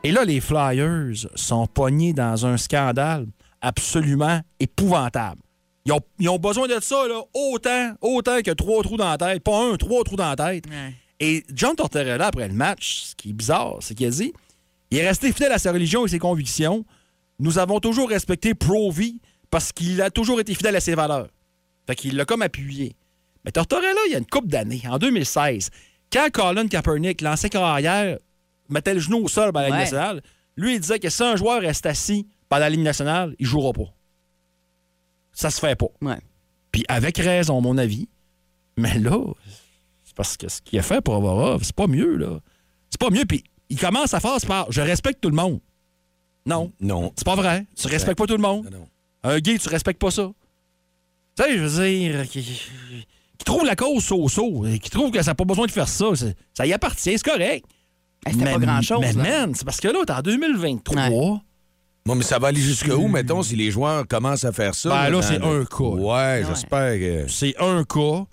[SPEAKER 3] Et là, les Flyers sont pognés dans un scandale absolument épouvantable. Ils ont, ils ont besoin de ça, là, autant, autant que trois trous dans la tête. Pas un, trois trous dans la tête. Et John Tortorella, après le match, ce qui est bizarre, c'est qu'il a dit il est resté fidèle à sa religion et ses convictions. Nous avons toujours respecté Pro-V parce qu'il a toujours été fidèle à ses valeurs. Fait qu'il l'a comme appuyé. Mais Tortorella, il y a une couple d'années, en 2016, quand Colin Kaepernick, l'ancien carrière, mettait le genou au sol pendant la Ligue
[SPEAKER 2] Ouais.
[SPEAKER 3] nationale, lui, il disait que si un joueur reste assis pendant la Ligue nationale, il jouera pas. Ça se fait pas.
[SPEAKER 2] Ouais.
[SPEAKER 3] Puis avec raison, à mon avis. Mais là, c'est parce que ce qu'il a fait pour Avarov, c'est pas mieux, là. C'est pas mieux. Puis il commence sa phrase par Je respecte tout le monde. Non,
[SPEAKER 1] Non.
[SPEAKER 3] c'est pas vrai. Tu respectes pas tout le monde.
[SPEAKER 1] non.
[SPEAKER 3] Un gay, tu respectes pas ça. Tu sais, je veux dire, qui, qui trouve la cause so-so, et qui trouve que ça n'a pas besoin de faire ça, c'est- ça y appartient, c'est correct.
[SPEAKER 2] Eh, C'était pas
[SPEAKER 3] Mais-
[SPEAKER 2] grand-chose.
[SPEAKER 3] Mais
[SPEAKER 2] là.
[SPEAKER 3] man, c'est parce que là, t'es en 2023.
[SPEAKER 1] Bon, mais ça va aller jusque où, mettons, si les joueurs commencent à faire ça?
[SPEAKER 3] Ben, là,
[SPEAKER 1] dans
[SPEAKER 3] c'est
[SPEAKER 1] le-
[SPEAKER 3] un cas,
[SPEAKER 1] Ouais, j'espère que.
[SPEAKER 3] c'est un cas.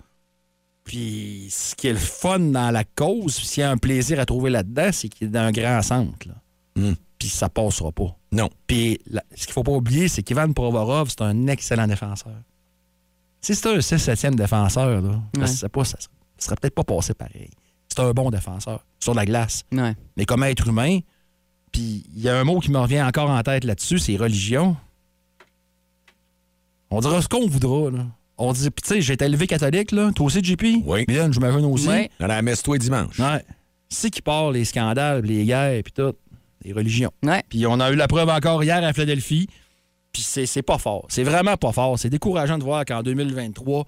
[SPEAKER 3] Puis ce qui est le fun dans la cause, puis s'il y a un plaisir à trouver là-dedans, c'est qu'il est dans un grand centre. là.
[SPEAKER 1] Hmm.
[SPEAKER 3] Puis ça passera pas.
[SPEAKER 1] Non.
[SPEAKER 3] Puis la- ce qu'il faut pas oublier, c'est qu'Ivan Provorov, c'est un excellent défenseur. Si c'était un 6-7e défenseur, là, je
[SPEAKER 2] Ouais.
[SPEAKER 3] sais pas, ça, ne serait peut-être pas passé pareil. C'est un bon défenseur sur la glace.
[SPEAKER 2] Ouais.
[SPEAKER 3] Mais comme être humain, puis il y a un mot qui me revient encore en tête là-dessus, c'est religion. On dira ce qu'on voudra, là. On dit, puis tu sais, j'ai été élevé catholique, là. Toi aussi, JP?
[SPEAKER 1] Oui.
[SPEAKER 3] Mylène, j'imagine aussi.
[SPEAKER 2] Ouais.
[SPEAKER 1] Dans la messe, toi, dimanche.
[SPEAKER 3] Ouais. C'est qui part les scandales, puis les guerres, puis tout. Les religions.
[SPEAKER 2] Ouais.
[SPEAKER 3] Puis on a eu la preuve encore hier à Philadelphie. Puis c'est c'est pas fort. C'est vraiment pas fort. C'est décourageant de voir qu'en 2023,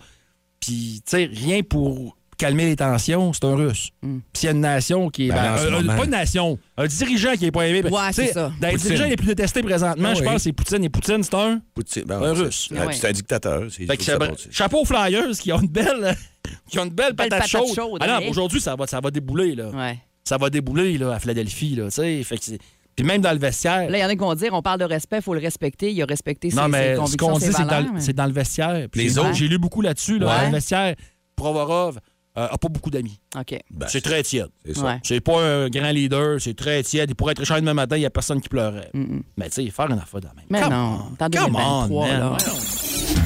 [SPEAKER 3] puis tu sais, rien pour calmer les tensions, c'est un russe.
[SPEAKER 2] Mm.
[SPEAKER 3] Puis s'il y a une nation qui est.
[SPEAKER 1] Ben,
[SPEAKER 3] ben,
[SPEAKER 1] en ce
[SPEAKER 3] un- un-
[SPEAKER 1] moment.
[SPEAKER 3] pas une nation, un dirigeant qui est pas aimé. ben,
[SPEAKER 2] Ouais,
[SPEAKER 3] tu sais,
[SPEAKER 2] c'est ça.
[SPEAKER 3] Dans les
[SPEAKER 1] Poutine.
[SPEAKER 3] dirigeants les plus détestés présentement,
[SPEAKER 1] Ah
[SPEAKER 3] je
[SPEAKER 1] oui.
[SPEAKER 3] pense, c'est Poutine. Et Poutine, c'est un.
[SPEAKER 1] Poutine. Ben,
[SPEAKER 3] Un
[SPEAKER 1] c'est-
[SPEAKER 3] Russe.
[SPEAKER 1] Ah,
[SPEAKER 2] Ouais.
[SPEAKER 1] C'est un dictateur. C'est
[SPEAKER 3] Fait que
[SPEAKER 1] je
[SPEAKER 3] c'est- ben,
[SPEAKER 1] trouve
[SPEAKER 3] (laughs)
[SPEAKER 1] ça bon, c'est-
[SPEAKER 3] chapeau aux Flyers qui ont une belle, (laughs) qui ont une belle, patate,
[SPEAKER 2] patate
[SPEAKER 3] chaude.
[SPEAKER 2] chaude,
[SPEAKER 3] Ah non,
[SPEAKER 2] hein.
[SPEAKER 3] aujourd'hui, ça va, ça va débouler. Là.
[SPEAKER 2] Ouais.
[SPEAKER 3] Ça va débouler là, à Philadelphie. Là, tu sais. Fait que c'est- Puis même dans le vestiaire.
[SPEAKER 2] Là, il y en a qui vont dire on parle de respect, il faut le respecter. Il a respecté ses,
[SPEAKER 3] Non, mais
[SPEAKER 2] ses
[SPEAKER 3] ce
[SPEAKER 2] convictions,
[SPEAKER 3] qu'on dit,
[SPEAKER 2] ses
[SPEAKER 3] c'est
[SPEAKER 2] valeurs.
[SPEAKER 3] dans, le-
[SPEAKER 2] mais-
[SPEAKER 3] c'est dans le vestiaire. Puis
[SPEAKER 1] Les
[SPEAKER 3] j'ai-
[SPEAKER 1] autres?
[SPEAKER 3] J'ai lu beaucoup là-dessus. Là,
[SPEAKER 2] Ouais.
[SPEAKER 3] Dans le vestiaire, Provorov n'a pas beaucoup d'amis.
[SPEAKER 2] OK.
[SPEAKER 1] ben,
[SPEAKER 3] c'est très tiède.
[SPEAKER 1] c'est ça.
[SPEAKER 2] Ouais.
[SPEAKER 3] C'est pas un grand leader, c'est très tiède. Il pourrait être riche demain matin, il n'y a personne qui pleurait. Mais tu sais, faire une affaire de même.
[SPEAKER 2] Mais
[SPEAKER 3] Come
[SPEAKER 2] non,
[SPEAKER 3] on,
[SPEAKER 2] t'en
[SPEAKER 3] come on,
[SPEAKER 2] 2023,
[SPEAKER 3] man.
[SPEAKER 2] là.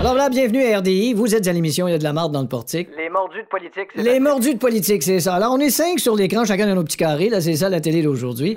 [SPEAKER 8] Alors voilà, bienvenue à RDI. Vous êtes à l'émission Il y a de la marde dans le portique.
[SPEAKER 10] Les mordus de politique, c'est
[SPEAKER 8] Les mordus de politique, c'est ça. Alors, on est cinq sur l'écran, chacun dans nos petits carrés. Là, c'est ça la télé d'aujourd'hui.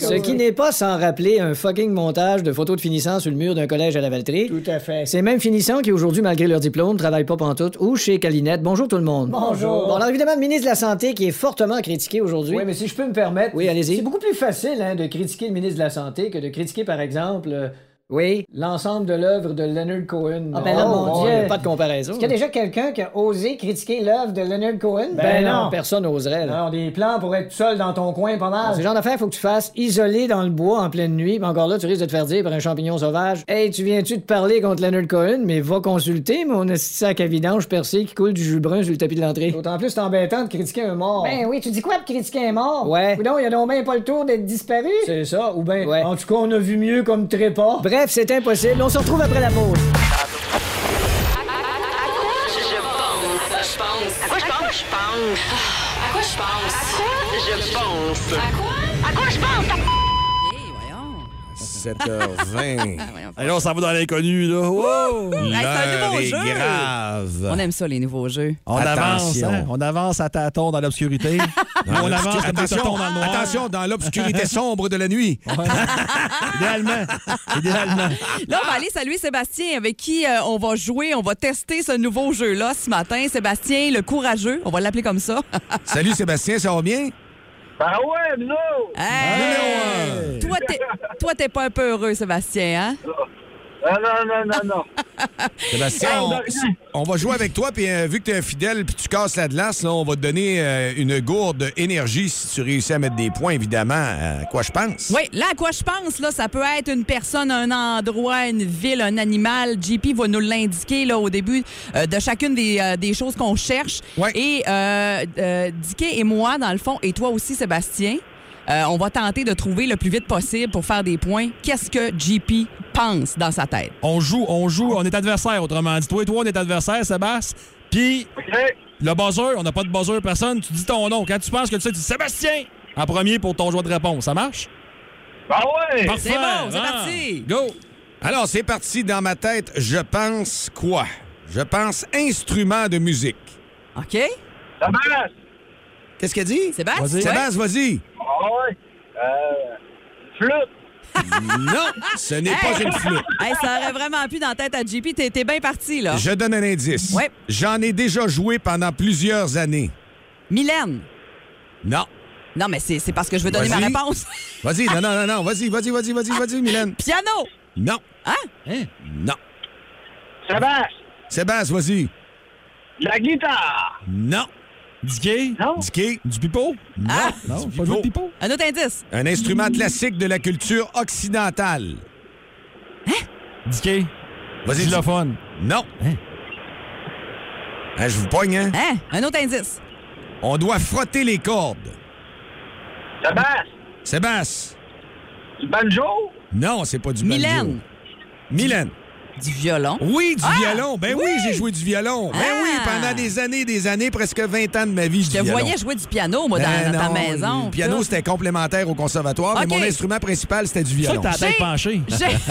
[SPEAKER 8] Ce qui n'est pas sans rappeler un fucking montage de photos de finissants sur le mur d'un collège à la Valtrie. Tout à fait. Ces mêmes finissants qui, aujourd'hui, malgré leur diplôme, travaillent pas pantoute ou chez Calinette. Bonjour tout le monde. Bonjour. Bon, alors, évidemment, le ministre de la Santé qui est fortement critiqué aujourd'hui. Oui, mais si je peux me permettre. Oui, allez-y. C'est beaucoup plus facile hein, de critiquer le ministre de la Santé que de critiquer, par exemple. Oui. L'ensemble de l'œuvre de Leonard Cohen. Ah ben là, mon Dieu. pas de comparaison. Est-ce qu'il y a déjà quelqu'un qui a osé critiquer l'œuvre de Leonard Cohen? Ben, non. Personne n'oserait. Non, des plans pour être seul dans ton coin, pas mal. Ce genre d'affaires, faut que tu fasses isolé dans le bois en pleine nuit. Mais encore là, tu risques de te faire dire par un champignon sauvage. Hey, tu viens-tu de parler contre Leonard Cohen? Mais va consulter mon esti de sac à vidange percé qui coule du jus brun sur le tapis de l'entrée. D'autant plus, c'est embêtant de critiquer un mort. Ben oui, tu dis quoi de critiquer un mort? Ouais. Ou non, il a donc bien pas le tour d'être disparu. C'est ça, ou ben. En tout cas, on a vu mieux comme trépas. Bref, c'est impossible. On se retrouve après la pause.
[SPEAKER 10] Ah, quoi je pense? Ah, À quoi je pense? À quoi je pense? À quoi? À quoi je pense?
[SPEAKER 2] Hey, voyons. (laughs)
[SPEAKER 1] 7h20.
[SPEAKER 6] Allez, on s'en va dans l'inconnu, là. Wow!
[SPEAKER 2] Ah, Hey, c'est un nouveau
[SPEAKER 1] L'heure est
[SPEAKER 2] jeu.
[SPEAKER 1] grave.
[SPEAKER 2] On aime ça, les nouveaux jeux.
[SPEAKER 3] On
[SPEAKER 1] Attention.
[SPEAKER 3] avance, hein? on avance à tâtons
[SPEAKER 2] (laughs)
[SPEAKER 3] dans l'obscurité. Nous, Ah, on avance comme des tâtons dans le noir.
[SPEAKER 1] attention, dans
[SPEAKER 3] (laughs)
[SPEAKER 1] l'obscurité sombre de la nuit.
[SPEAKER 2] (laughs)
[SPEAKER 3] Idéalement. Idéalement.
[SPEAKER 2] Là, on va aller saluer Sébastien avec qui euh, on va jouer, on va tester ce nouveau jeu-là ce matin. Sébastien, le courageux, on va l'appeler comme ça. (laughs)
[SPEAKER 1] Salut Sébastien, ça
[SPEAKER 3] (laughs)
[SPEAKER 1] va bien?
[SPEAKER 5] Ben ouais, nous!
[SPEAKER 2] Hey! Toi, t'es- Toi, t'es pas un peu heureux, Sébastien, hein?
[SPEAKER 5] Non, non, non, non, non.
[SPEAKER 2] (laughs)
[SPEAKER 1] Sébastien, on, on va jouer avec toi, puis euh, vu que t'es un fidèle, puis tu casses la glace, là, on va te donner euh, une gourde énergie si tu réussis à mettre des points, évidemment, Euh, à quoi je pense.
[SPEAKER 2] Oui, là, à quoi je pense, là, ça peut être une personne, un endroit, une ville, un animal. JP va nous l'indiquer là, au début euh, de chacune des, euh, des choses qu'on cherche.
[SPEAKER 1] Ouais.
[SPEAKER 2] Et euh, euh, Dicky et moi, dans le fond, et toi aussi, Sébastien, euh, on va tenter de trouver le plus vite possible pour faire des points. Qu'est-ce que JP pense dans sa tête?
[SPEAKER 6] On joue, on joue, on est adversaire, autrement dit. Toi et toi, on est adversaire, Sébastien. Puis,
[SPEAKER 5] OK?
[SPEAKER 6] le buzzer, on n'a pas de buzzer, personne. Tu dis ton nom. Quand tu penses que tu sais, tu dis Sébastien en premier pour ton choix de réponse. Ça marche?
[SPEAKER 5] Ben ouais!
[SPEAKER 6] Parfait.
[SPEAKER 2] C'est bon, c'est
[SPEAKER 6] Ah.
[SPEAKER 2] parti.
[SPEAKER 6] Go!
[SPEAKER 1] hein? Alors, c'est parti dans ma tête. Je pense quoi? Je pense instrument de musique.
[SPEAKER 2] OK?
[SPEAKER 5] Ça marche!
[SPEAKER 1] Qu'est-ce qu'elle dit?
[SPEAKER 2] Sébastien?
[SPEAKER 6] Vas-y.
[SPEAKER 2] Ouais.
[SPEAKER 1] Sébastien, vas-y.
[SPEAKER 5] Ah ouais! Euh, flûte!
[SPEAKER 1] (laughs) Non, ce n'est pas une flûte.
[SPEAKER 2] Hey, ça aurait vraiment pu dans la tête à JP. T'es t'es bien parti, là.
[SPEAKER 1] Je donne un indice.
[SPEAKER 2] Ah. Ouais.
[SPEAKER 1] J'en ai déjà joué pendant plusieurs années.
[SPEAKER 2] Mylène.
[SPEAKER 1] Non.
[SPEAKER 2] Non, mais c'est c'est parce que je veux donner ma
[SPEAKER 1] Vas-y.
[SPEAKER 2] réponse.
[SPEAKER 1] Vas-y, non, non, non, non. Vas-y, vas-y, vas-y, vas-y, vas-y,
[SPEAKER 2] (laughs)
[SPEAKER 1] Mylène.
[SPEAKER 2] Piano.
[SPEAKER 1] Non.
[SPEAKER 6] Hein?
[SPEAKER 1] Non.
[SPEAKER 5] Ça marche!
[SPEAKER 1] Sébastien, vas-y.
[SPEAKER 5] La guitare!
[SPEAKER 1] Non.
[SPEAKER 6] Du gay?
[SPEAKER 5] Non?
[SPEAKER 1] Dicky.
[SPEAKER 6] Du pipeau?
[SPEAKER 1] Non.
[SPEAKER 6] Non,
[SPEAKER 1] Du
[SPEAKER 6] pas joué de
[SPEAKER 1] pipeau.
[SPEAKER 6] pipeau.
[SPEAKER 2] Un autre indice.
[SPEAKER 1] Un instrument classique de la culture occidentale.
[SPEAKER 2] Hein?
[SPEAKER 6] Du gay?
[SPEAKER 1] Vas-y,
[SPEAKER 6] Xylophone.
[SPEAKER 1] Non.
[SPEAKER 6] Hein?
[SPEAKER 1] Hein, je vous pogne, hein?
[SPEAKER 2] Hein? Un autre indice.
[SPEAKER 1] On doit frotter les cordes.
[SPEAKER 5] Ça marche!
[SPEAKER 1] Sébastien.
[SPEAKER 5] Du banjo!
[SPEAKER 1] Non, c'est pas du banjo.
[SPEAKER 2] Mylène.
[SPEAKER 1] Mylène.
[SPEAKER 2] Du violon.
[SPEAKER 1] Oui, du
[SPEAKER 2] Ah!
[SPEAKER 1] violon. Ben oui,
[SPEAKER 2] Oui!
[SPEAKER 1] j'ai joué du violon. Ben
[SPEAKER 2] Ah!
[SPEAKER 1] oui, pendant des années, des années, presque 20 ans de ma vie,
[SPEAKER 2] Je te voyais jouer du piano, Oh, moi, dans,
[SPEAKER 1] Ben
[SPEAKER 2] dans ta
[SPEAKER 1] non,
[SPEAKER 2] maison.
[SPEAKER 1] Le piano,
[SPEAKER 2] tout.
[SPEAKER 1] c'était complémentaire au conservatoire,
[SPEAKER 2] OK.
[SPEAKER 1] mais mon instrument principal, c'était du
[SPEAKER 6] C'est ça
[SPEAKER 1] violon.
[SPEAKER 6] que t'as la tête penchée.
[SPEAKER 2] (laughs) J'ai...
[SPEAKER 1] (laughs)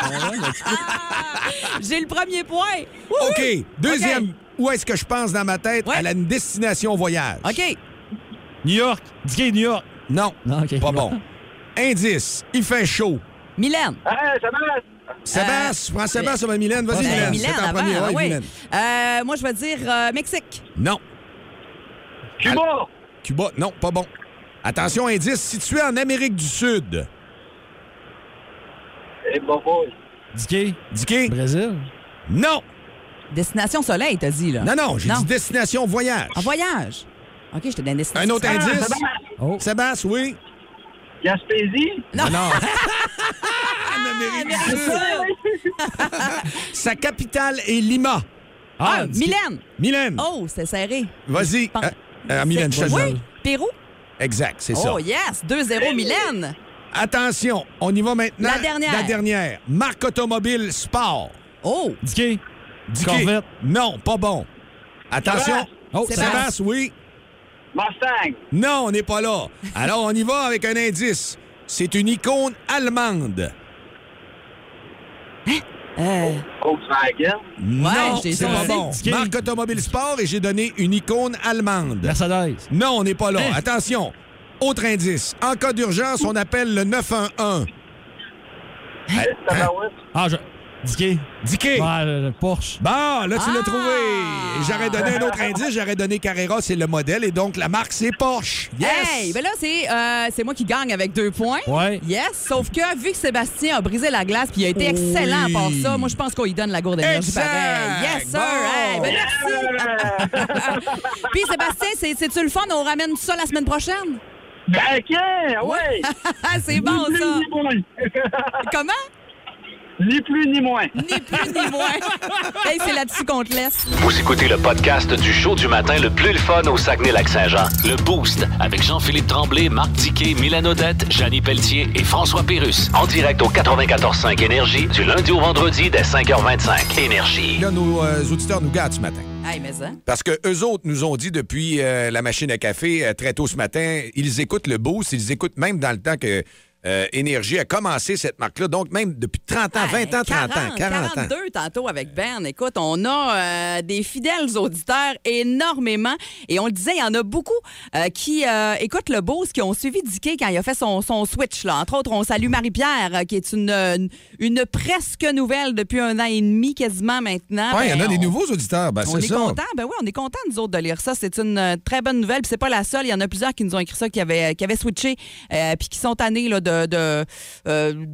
[SPEAKER 2] Ah! J'ai le premier point. Wouhou!
[SPEAKER 1] OK. Deuxième, où est-ce que je pense dans ma tête?
[SPEAKER 2] Ouais.
[SPEAKER 1] À la destination voyage.
[SPEAKER 2] OK.
[SPEAKER 6] New York. Du gay, New York.
[SPEAKER 1] Non,
[SPEAKER 6] Non, OK.
[SPEAKER 1] pas bon. Indice, il fait chaud.
[SPEAKER 2] Mylène.
[SPEAKER 5] Hein, ça marche!
[SPEAKER 1] Sébastien, prends Sébastien, va Mylène. Vas-y,
[SPEAKER 2] Euh,
[SPEAKER 1] Mylène.
[SPEAKER 2] Mylène
[SPEAKER 1] C'est en
[SPEAKER 2] avant,
[SPEAKER 1] premier.
[SPEAKER 2] ah
[SPEAKER 1] ouais,
[SPEAKER 2] oui.
[SPEAKER 1] Mylène.
[SPEAKER 2] Euh, moi, je vais dire euh, Mexique.
[SPEAKER 1] Non.
[SPEAKER 5] Cuba!
[SPEAKER 1] Cuba, non, pas bon. Attention, indice, situé en Amérique du Sud.
[SPEAKER 5] Eh, bon, boy!
[SPEAKER 6] Du gay.
[SPEAKER 1] Dicky?
[SPEAKER 6] Brésil.
[SPEAKER 1] Non.
[SPEAKER 2] Destination soleil, t'as dit, là.
[SPEAKER 1] Non, non, j'ai
[SPEAKER 2] Non.
[SPEAKER 1] dit destination voyage.
[SPEAKER 2] En voyage. OK, je te donne
[SPEAKER 1] Un
[SPEAKER 2] destination.
[SPEAKER 1] autre
[SPEAKER 5] Ah,
[SPEAKER 1] indice?
[SPEAKER 5] ça marche!
[SPEAKER 6] Oh.
[SPEAKER 1] Sébastien, oui?
[SPEAKER 5] Gaspésie!
[SPEAKER 1] Non. non.
[SPEAKER 2] Ah,
[SPEAKER 1] En Amérique du Sud. Sa capitale est Lima.
[SPEAKER 2] Ah,
[SPEAKER 6] du gay.
[SPEAKER 2] Mylène.
[SPEAKER 1] Mylène,
[SPEAKER 2] Oh, c'est (laughs) serré.
[SPEAKER 1] vas-y.
[SPEAKER 2] pense-
[SPEAKER 1] Euh, euh, Mylène, je te le
[SPEAKER 2] Oui,
[SPEAKER 1] donne.
[SPEAKER 2] Pérou.
[SPEAKER 1] Exact, c'est ça.
[SPEAKER 2] Oh, yes. 2-0, Mylène.
[SPEAKER 1] Attention, on y va maintenant.
[SPEAKER 2] La dernière.
[SPEAKER 1] La dernière. Marque automobile sport.
[SPEAKER 2] Oh,
[SPEAKER 6] Du gay.
[SPEAKER 1] Dicky.
[SPEAKER 6] Corvette.
[SPEAKER 1] Non, pas bon. Attention.
[SPEAKER 5] Sébastien.
[SPEAKER 6] Oh,
[SPEAKER 2] Sébastien.
[SPEAKER 1] Sébastien, oui.
[SPEAKER 5] Mustang!
[SPEAKER 1] Non, on n'est pas là. Alors, on y va avec un indice. C'est une icône allemande.
[SPEAKER 6] Hein?
[SPEAKER 2] euh,
[SPEAKER 5] Volkswagen!
[SPEAKER 1] non,
[SPEAKER 2] j'ai
[SPEAKER 1] c'est
[SPEAKER 2] ça
[SPEAKER 1] pas
[SPEAKER 2] aussi.
[SPEAKER 1] bon.
[SPEAKER 6] Dicky.
[SPEAKER 1] Marque automobile sport et j'ai donné une icône allemande.
[SPEAKER 6] Mercedes.
[SPEAKER 1] Non, on n'est pas là.
[SPEAKER 6] Hein?
[SPEAKER 1] Attention. Autre indice. En cas d'urgence, on appelle le 911.
[SPEAKER 5] Tabarouette!
[SPEAKER 6] Hein? Ah, je... Du gay.
[SPEAKER 1] Dicky.
[SPEAKER 6] Ah, le- le Porsche.
[SPEAKER 1] Bon, là, tu
[SPEAKER 2] Ah!
[SPEAKER 1] l'as trouvé. J'aurais donné un autre indice. J'aurais donné Carrera, c'est le modèle. Et donc, la marque, c'est Porsche. Yes!
[SPEAKER 2] Hey, ben là, c'est euh, c'est moi qui gagne avec deux points.
[SPEAKER 6] Ouais.
[SPEAKER 2] Yes, sauf que vu que Sébastien a brisé la glace puis il a été excellent à part ça, moi je pense qu'on lui donne la gourde d'énergie
[SPEAKER 1] Exact.
[SPEAKER 2] pareil. Yes, sir!
[SPEAKER 1] Bon.
[SPEAKER 2] Hey, ben merci! puis Sébastien, c'est- c'est-tu le fun? On ramène ça la semaine prochaine?
[SPEAKER 5] Ben, ok! Ouais!
[SPEAKER 2] Ah, (laughs) c'est bon
[SPEAKER 5] ni
[SPEAKER 2] ça!
[SPEAKER 5] plus ni moins!
[SPEAKER 2] (laughs) Comment?
[SPEAKER 5] ni plus ni moins!
[SPEAKER 2] Ni plus ni
[SPEAKER 5] (laughs)
[SPEAKER 2] moins. hey, c'est là-dessus qu'on te laisse.
[SPEAKER 4] Vous écoutez le podcast du show du matin le plus le fun au Saguenay-Lac-Saint-Jean. Le Boost avec Jean-Philippe Tremblay, Marc Tiquet, Milan Odette, Janine Pelletier et François Pérus. En direct au 94.5 Énergie du lundi au vendredi dès 5h25. Énergie.
[SPEAKER 1] Là, nos euh, auditeurs nous gâtent ce matin.
[SPEAKER 2] Hey, mais hein?
[SPEAKER 1] Parce que eux autres nous ont dit depuis euh, la machine à café euh, très tôt ce matin, ils écoutent le boost, ils écoutent même dans le temps que euh, Énergie a commencé cette marque-là. Donc, même depuis 30 ans, 20 ans, 30 ans, 40 ans.
[SPEAKER 2] 42 tantôt avec Ben. Écoute, on a euh, des fidèles auditeurs énormément. Et on le disait, il y en a beaucoup euh, qui euh, écoutent le Beauce, qui ont suivi Dicky quand il a fait son, son switch. Là. Entre autres, on salue Marie-Pierre, euh, qui est une, une, une presque nouvelle depuis un an et demi quasiment maintenant.
[SPEAKER 1] Ouais, il y en
[SPEAKER 2] Ben,
[SPEAKER 1] a des
[SPEAKER 2] on-
[SPEAKER 1] nouveaux auditeurs. Ben,
[SPEAKER 2] on
[SPEAKER 1] c'est
[SPEAKER 2] est
[SPEAKER 1] ça.
[SPEAKER 2] content, ben oui, on est content nous autres de lire ça. C'est une euh, très bonne nouvelle. Puis c'est pas la seule. Il y en a plusieurs qui nous ont écrit ça, qui avaient, qui avaient switché, euh, puis qui sont tannés là, de, de, euh,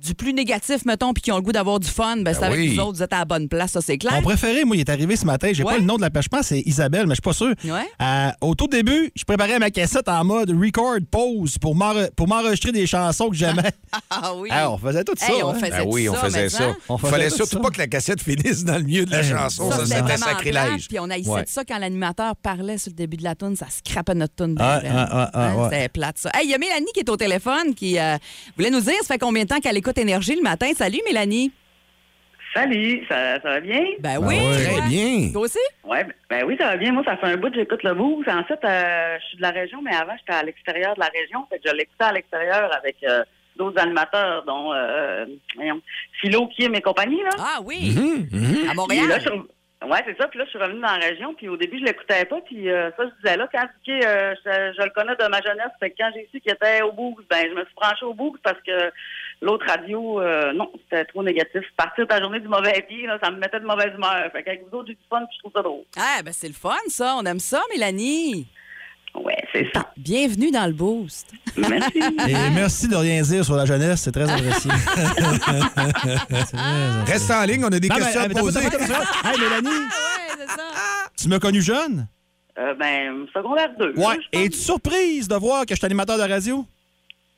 [SPEAKER 2] du plus négatif, mettons, puis qui ont le goût d'avoir du fun. Ben, c'est avec
[SPEAKER 3] oui.
[SPEAKER 2] nous autres, vous êtes à la bonne place, ça c'est clair.
[SPEAKER 3] Mon préféré, moi, il est arrivé ce matin. J'ai
[SPEAKER 2] Ouais.
[SPEAKER 3] pas le nom de la pêche. Je pense que c'est Isabelle, mais je suis pas sûr.
[SPEAKER 2] Ouais.
[SPEAKER 3] Euh, au tout début, je préparais ma cassette en mode record pause pour m'enre- pour m'enregistrer des chansons
[SPEAKER 2] (laughs)
[SPEAKER 3] que j'aimais.
[SPEAKER 2] Ah oui.
[SPEAKER 3] Ah, on faisait tout ça.
[SPEAKER 2] Hey, on
[SPEAKER 3] hein.
[SPEAKER 2] faisait
[SPEAKER 1] Ben oui, on
[SPEAKER 2] ça,
[SPEAKER 1] faisait
[SPEAKER 2] maintenant.
[SPEAKER 1] ça.
[SPEAKER 3] On
[SPEAKER 1] Il
[SPEAKER 3] faisait
[SPEAKER 1] fallait
[SPEAKER 3] tout
[SPEAKER 1] surtout
[SPEAKER 3] ça.
[SPEAKER 1] pas que la cassette finisse dans le milieu de la
[SPEAKER 3] Eh,
[SPEAKER 1] chanson.
[SPEAKER 2] Ça,
[SPEAKER 1] Ça,
[SPEAKER 2] c'était
[SPEAKER 1] c'était
[SPEAKER 2] vraiment plate,
[SPEAKER 1] sacrilège.
[SPEAKER 2] Puis on haïssait
[SPEAKER 1] Ouais.
[SPEAKER 2] de ça quand l'animateur parlait sur le début de la toune, ça scrapait notre toune.
[SPEAKER 3] Ah,
[SPEAKER 2] ben, ben.
[SPEAKER 3] ah, ah, ah,
[SPEAKER 2] Hein,
[SPEAKER 3] ouais.
[SPEAKER 2] C'était plate, ça. Hey, Il y a Mélanie qui est au téléphone, qui euh, voulait nous dire, ça fait combien de temps qu'elle écoute Énergie le matin. Salut, Mélanie.
[SPEAKER 11] Salut, ça, ça va bien?
[SPEAKER 2] Ben
[SPEAKER 1] Ben
[SPEAKER 2] oui.
[SPEAKER 1] ouais.
[SPEAKER 2] toi?
[SPEAKER 1] Très bien.
[SPEAKER 2] Toi aussi?
[SPEAKER 11] Ouais, ben- ben oui, ça va bien. Moi, ça fait un bout que j'écoute le boost. En fait, euh, je suis de la région, mais avant, j'étais à l'extérieur de la région. Fait que je l'écoutais à l'extérieur avec euh, d'autres animateurs, dont euh, voyons, Philo, Kim et compagnie. Là.
[SPEAKER 2] Ah oui,
[SPEAKER 11] Mm-hmm.
[SPEAKER 2] à
[SPEAKER 11] Mhm. Puis là,
[SPEAKER 2] Montréal.
[SPEAKER 11] je suis re- Ouais, c'est ça. Puis là, je suis revenue dans la région. Puis au début, je l'écoutais pas. Puis euh, ça, je disais là, quand Dicky, euh, je, je le connais de ma jeunesse. Fait que quand j'ai su qu'il était au bout, ben, je me suis branchée au bout parce que l'autre radio, euh, non, c'était trop négatif. Partir de la journée du mauvais pied, là, ça me mettait de mauvaise humeur. Fait qu'avec vous autres, j'ai du fun, puis je trouve ça drôle.
[SPEAKER 2] Ah, ben c'est le fun, ça. On aime ça, Mélanie.
[SPEAKER 11] Ouais, c'est ça.
[SPEAKER 2] Bienvenue dans le Boost. (laughs)
[SPEAKER 11] Merci.
[SPEAKER 3] Et merci de rien dire sur la jeunesse, c'est très (laughs) apprécié.
[SPEAKER 1] Reste en ligne, on a des
[SPEAKER 3] Non, mais- euh,
[SPEAKER 1] questions à
[SPEAKER 3] mais t'as pas-
[SPEAKER 1] poser.
[SPEAKER 3] t'as pas- t'as pas- Hey, Mélanie,
[SPEAKER 2] Ouais, c'est ça.
[SPEAKER 3] tu m'as connu jeune?
[SPEAKER 11] Euh, ben, secondaire 2.
[SPEAKER 3] Ouais.
[SPEAKER 11] je pense.
[SPEAKER 3] Es-tu surprise de voir que je suis animateur de radio?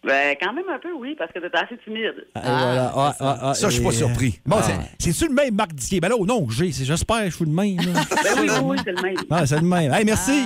[SPEAKER 11] Ben, quand même un peu, oui, parce que t'étais assez timide.
[SPEAKER 3] Ah, voilà. Ah, ah, ah,
[SPEAKER 1] Ça, je suis
[SPEAKER 3] et-
[SPEAKER 1] pas surpris.
[SPEAKER 3] Bon,
[SPEAKER 1] Ah,
[SPEAKER 3] c'est- c'est-tu le même Marc Diquet? Ben là, oh non, j'ai. c'est- J'espère que je suis le même. (laughs) là.
[SPEAKER 11] Ben oui, oui, oui, c'est le même.
[SPEAKER 3] ah, c'est le même. Hey, merci.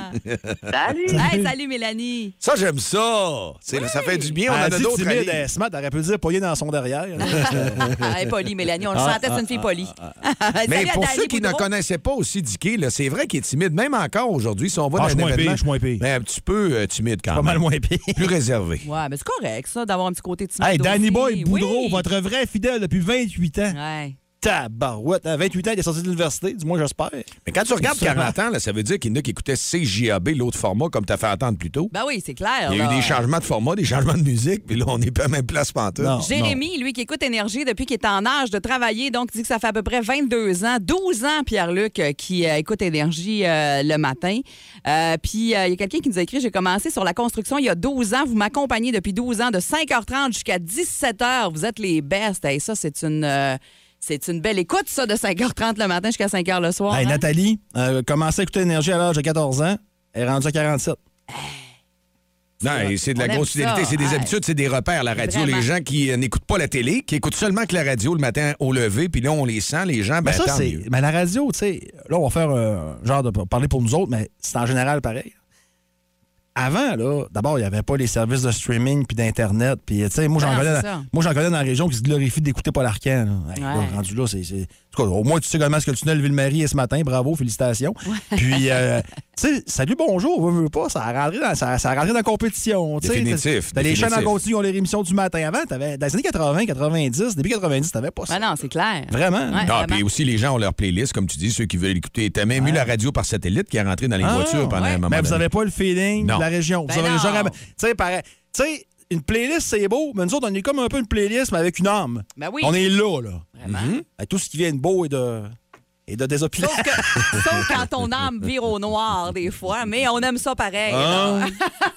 [SPEAKER 11] Salut!
[SPEAKER 2] Hey, salut,
[SPEAKER 1] (laughs)
[SPEAKER 2] Mélanie.
[SPEAKER 1] Ça, j'aime ça. C'est- Ça fait du bien, on
[SPEAKER 3] Ah,
[SPEAKER 1] en a
[SPEAKER 3] dit
[SPEAKER 1] d'autres à
[SPEAKER 3] timide,
[SPEAKER 1] lire.
[SPEAKER 3] eh, smart, t'aurais pu dire poigner dans son (laughs) derrière.
[SPEAKER 2] Ah, elle est polie, Mélanie. On le sentait, c'est une fille polie.
[SPEAKER 1] ah, Mais
[SPEAKER 2] (laughs) Ah, Salut à
[SPEAKER 1] pour
[SPEAKER 2] Dany
[SPEAKER 1] ceux qui ne
[SPEAKER 2] Boudreau.
[SPEAKER 1] connaissaient pas aussi Dicky, là, c'est vrai qu'il est timide, même encore aujourd'hui. Si on va
[SPEAKER 3] Ah,
[SPEAKER 1] dans
[SPEAKER 3] je suis
[SPEAKER 1] un
[SPEAKER 3] moins
[SPEAKER 1] événement,
[SPEAKER 3] pire, je suis moins pire.
[SPEAKER 1] ben, un petit peu euh, timide quand
[SPEAKER 3] Pas
[SPEAKER 1] même.
[SPEAKER 3] mal moins pire.
[SPEAKER 1] Plus réservé.
[SPEAKER 2] Ouais, mais c'est correct, ça, d'avoir un petit côté timide.
[SPEAKER 3] Hey, Danny
[SPEAKER 2] aussi.
[SPEAKER 3] Boy Boudreau,
[SPEAKER 2] Oui.
[SPEAKER 3] votre vrai fidèle depuis 28 ans.
[SPEAKER 2] Ouais.
[SPEAKER 3] Tabarouette. À 28 ans, il est sorti de l'université, du moins, j'espère.
[SPEAKER 1] Mais quand tu regardes 40 ans, là, ça veut dire qu'il y en a qui écoutaient CJAB, l'autre format, comme tu as fait entendre plus tôt.
[SPEAKER 2] Ben oui, c'est clair.
[SPEAKER 1] Il y a eu
[SPEAKER 2] là.
[SPEAKER 1] des changements de format, des changements de musique, puis là, on n'est pas à la même place pantoute.
[SPEAKER 3] Non.
[SPEAKER 2] Jérémy, lui, qui écoute Énergie depuis qu'il est en âge de travailler, donc dit que ça fait à peu près 22 ans, 12 ans, Pierre-Luc, euh, qui euh, écoute Énergie euh, le matin. Euh, puis euh, il y a quelqu'un qui nous a écrit, j'ai commencé sur la construction il y a 12 ans, vous m'accompagnez depuis 12 ans, de 5h30 jusqu'à 17h, vous êtes les best. Et ça, c'est une... euh, c'est une belle écoute, ça, de 5h30 le matin jusqu'à 5h le soir.
[SPEAKER 3] Hey,
[SPEAKER 2] hein?
[SPEAKER 3] Nathalie, euh, commencé à écouter Énergie à l'âge de 14 ans. Elle est rendue à 47.
[SPEAKER 1] Non, et c'est de
[SPEAKER 2] On
[SPEAKER 1] la
[SPEAKER 2] aime
[SPEAKER 1] grosse fidélité,
[SPEAKER 2] ça.
[SPEAKER 1] c'est des
[SPEAKER 2] Ouais.
[SPEAKER 1] habitudes, c'est des repères, la radio.
[SPEAKER 2] Vraiment.
[SPEAKER 1] Les gens qui euh, n'écoutent pas la télé, qui écoutent seulement que la radio le matin au lever, puis là, on les sent, les gens,
[SPEAKER 3] Mais
[SPEAKER 1] ben,
[SPEAKER 3] ça,
[SPEAKER 1] tant
[SPEAKER 3] c'est.
[SPEAKER 1] mieux.
[SPEAKER 3] Mais la radio, tu sais, là, on va faire euh, genre de parler pour nous autres, mais c'est en général pareil. Avant, là, d'abord, il n'y avait pas les services de streaming puis d'Internet. Puis, tu sais, moi, j'en
[SPEAKER 2] Ah,
[SPEAKER 3] connais,
[SPEAKER 2] c'est
[SPEAKER 3] dans-
[SPEAKER 2] ça.
[SPEAKER 3] moi, j'en connais dans la région qui se glorifie d'écouter Paul Arcand. là. Hey, là,
[SPEAKER 2] Ouais.
[SPEAKER 3] rendu là, c'est. c'est- En tout cas, au moins, tu sais comment est-ce que le tunnel Ville-Marie est ce matin. Bravo, félicitations.
[SPEAKER 2] (laughs)
[SPEAKER 3] Puis, euh, tu sais, salut, bonjour, veux, veux pas, ça a rentré dans, ça, ça a rentré dans la compétition. tu sais.
[SPEAKER 1] Définitif,
[SPEAKER 3] T'as les chaînes en
[SPEAKER 1] définitif.
[SPEAKER 3] continu, on les rémissions du matin. Avant, t'avais, dans les années 80, 90, début 90, t'avais pas ça.
[SPEAKER 2] Ben non, c'est clair.
[SPEAKER 3] Vraiment?
[SPEAKER 2] Ouais,
[SPEAKER 1] Non,
[SPEAKER 2] vraiment.
[SPEAKER 1] Ah, puis aussi, les gens ont leur playlist, comme tu dis, ceux qui veulent écouter. T'as même eu la radio par satellite qui est rentrée dans les
[SPEAKER 3] Ah,
[SPEAKER 1] voitures pendant
[SPEAKER 2] ouais.
[SPEAKER 1] un moment.
[SPEAKER 3] Mais vous
[SPEAKER 1] donné.
[SPEAKER 3] n'avez pas le feeling
[SPEAKER 1] Non.
[SPEAKER 3] de la région.
[SPEAKER 2] Ben
[SPEAKER 3] vous avez
[SPEAKER 2] non.
[SPEAKER 3] genre. Tu sais, pareil- tu sais, une playlist, c'est beau, mais nous autres, on est comme un peu une playlist, mais avec une âme.
[SPEAKER 2] Ben oui.
[SPEAKER 3] On est là, là. Mm-hmm.
[SPEAKER 2] Vraiment.
[SPEAKER 3] Avec tout ce qui vient de beau et de. et de désopilant.
[SPEAKER 2] Sauf, que- sauf quand ton âme vire au noir, des fois, mais on aime ça pareil.
[SPEAKER 3] Ah.
[SPEAKER 2] là.
[SPEAKER 1] Ah.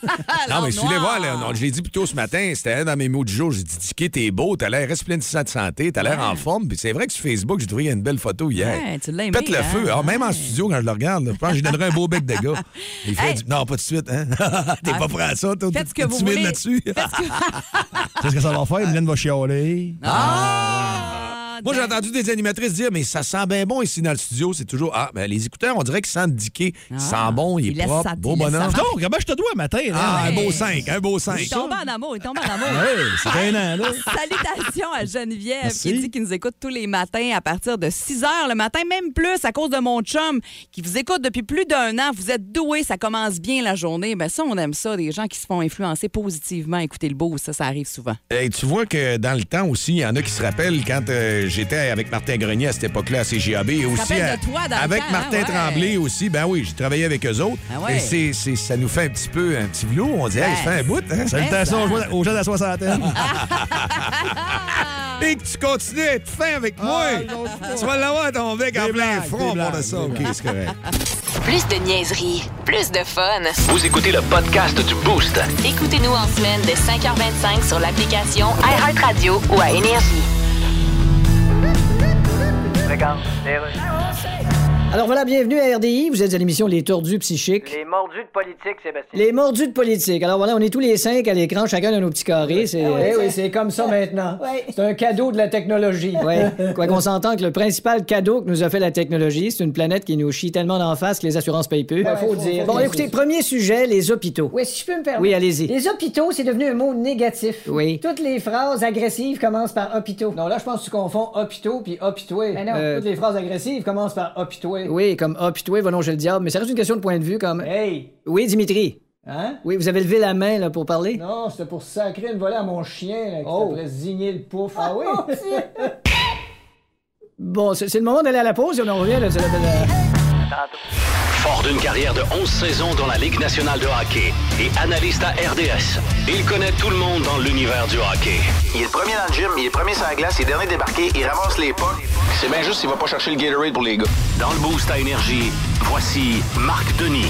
[SPEAKER 1] Non,
[SPEAKER 2] Alors,
[SPEAKER 1] mais si vous voulez
[SPEAKER 2] noir.
[SPEAKER 1] voir, là, non, je l'ai dit plus tôt ce matin, c'était un dans mes mots du jour. J'ai dit, Tiki, t'es beau, t'as l'air resplendissant de santé, t'as l'air en forme. Puis c'est vrai que sur Facebook, j'ai trouvé une belle photo hier.
[SPEAKER 2] Ouais, tu l'as aimé,
[SPEAKER 1] Pète le
[SPEAKER 2] hein?
[SPEAKER 1] feu. Ah, même en
[SPEAKER 2] Ouais.
[SPEAKER 1] studio, quand je le regarde, là, je pense que je lui donnerais un beau bec de
[SPEAKER 2] (laughs)
[SPEAKER 1] gars. Il fait
[SPEAKER 2] Hey. Ah,
[SPEAKER 1] du- Non, pas tout de suite, hein? (laughs) T'es pas prêt à ça, toi?
[SPEAKER 2] Faites ce
[SPEAKER 1] t'es
[SPEAKER 2] que vous
[SPEAKER 1] timide
[SPEAKER 2] voulez.
[SPEAKER 1] (laughs) là-dessus?
[SPEAKER 3] C'est ce que ça va faire. Mylène va chialer.
[SPEAKER 2] Ah! malade.
[SPEAKER 1] Moi, j'ai entendu des animatrices dire, mais ça sent bien bon ici dans le studio. C'est toujours, ah, ben, les écouteurs, on dirait qu'ils sentent diquer.
[SPEAKER 2] Ah,
[SPEAKER 1] Il sent bon, il est
[SPEAKER 12] il laisse
[SPEAKER 1] propre,
[SPEAKER 12] ça-
[SPEAKER 1] beau
[SPEAKER 12] il laisse
[SPEAKER 1] bonhomme.
[SPEAKER 12] ça marche.
[SPEAKER 1] comment je te dois, matin? Ah, un
[SPEAKER 12] Ouais.
[SPEAKER 1] beau 5, un beau 5.
[SPEAKER 12] Il tombe en amour, il tombe en amour.
[SPEAKER 1] Ouais, c'est gênant, là.
[SPEAKER 12] Salutations à Geneviève
[SPEAKER 1] Merci.
[SPEAKER 12] qui dit qu'il nous écoute tous les matins à partir de 6 h le matin, même plus à cause de mon chum qui vous écoute depuis plus d'un an. Vous êtes doués, ça commence bien la journée. Ben ça, on aime ça, des gens qui se font influencer positivement. Écoutez le beau, ça, ça arrive souvent.
[SPEAKER 1] Hey, tu vois que dans le temps aussi, il y en a qui se rappellent quand euh, j'étais avec Martin Grenier à cette époque-là à CJAB. Et aussi
[SPEAKER 12] rappellent
[SPEAKER 1] à-
[SPEAKER 12] de toi dans le
[SPEAKER 1] avec
[SPEAKER 12] temps, hein,
[SPEAKER 1] Martin
[SPEAKER 12] ouais.
[SPEAKER 1] Tremblay aussi. Ben oui, j'ai travaillé avec eux autres.
[SPEAKER 12] Ah ouais.
[SPEAKER 1] Et c'est, c'est- ça nous fait un petit peu un petit velours. On dit, hey, ça fait un bout. Hein?
[SPEAKER 3] Salutations
[SPEAKER 1] aux
[SPEAKER 3] aux gens- aux gens de la soixantaine.
[SPEAKER 1] (laughs) Et que tu continues à être fin avec
[SPEAKER 3] Ah,
[SPEAKER 1] moi. tu vas l'avoir ton bec en plein front pour le ça. OK, c'est correct.
[SPEAKER 9] Plus de niaiserie, plus de fun.
[SPEAKER 4] Vous écoutez le podcast du Boost.
[SPEAKER 9] Écoutez-nous en semaine de 5h25 sur l'application iHeartRadio ou à Énergie.
[SPEAKER 8] Alors voilà, bienvenue à RDI. Vous êtes à l'émission Les Tordus Psychiques.
[SPEAKER 13] Les mordus de politique, Sébastien.
[SPEAKER 8] Les mordus de politique. Alors voilà, on est tous les cinq à l'écran, chacun dans nos petits carrés. C'est...
[SPEAKER 13] Eh oui,
[SPEAKER 8] c'est comme ça maintenant. C'est un cadeau de la technologie.
[SPEAKER 13] (laughs)
[SPEAKER 8] Oui. Quoi qu'on s'entende que le principal cadeau que nous a fait la technologie, c'est une planète qui nous chie tellement d'en face que les assurances payent peu.
[SPEAKER 13] Ouais, faut dire.
[SPEAKER 8] Bon,
[SPEAKER 13] Faut
[SPEAKER 8] écoutez,
[SPEAKER 13] dire.
[SPEAKER 8] premier sujet, les hôpitaux.
[SPEAKER 13] Oui, si je peux me permettre.
[SPEAKER 8] Oui, allez-y.
[SPEAKER 13] Les hôpitaux, c'est devenu un mot négatif.
[SPEAKER 8] Oui.
[SPEAKER 13] Toutes les phrases agressives commencent par hôpitaux. Non, là, je pense que tu confonds hôpitaux puis hôpitoué. Mais non.
[SPEAKER 8] Euh,
[SPEAKER 13] Toutes les phrases agressives commencent par hôpitoué.
[SPEAKER 8] Oui, comme ah, puis toi, va non, j'ai le diable. Mais ça reste une question de point de vue, comme.
[SPEAKER 13] Hey!
[SPEAKER 8] Oui, Dimitri.
[SPEAKER 13] Hein?
[SPEAKER 8] Oui, vous avez levé la main là, pour parler? Oh.
[SPEAKER 13] Non, c'était pour sacrer une volée à mon chien, là, qui devrait zigner le pouf. Ah oui?
[SPEAKER 8] (laughs) Bon, c'est, c'est le moment d'aller à la pause et on en revient. Là, c'est la- la-
[SPEAKER 4] Fort d'une carrière de 11 saisons dans la Ligue nationale de hockey et analyste à RDS, il connaît tout le monde dans l'univers du hockey.
[SPEAKER 14] Il est le premier dans le gym, il est le premier sur la glace, il est dernier débarqué, il ramasse les pas. C'est bien juste s'il va pas chercher le Gatorade pour les gars.
[SPEAKER 4] Dans le Boost à Énergie, voici Marc Denis.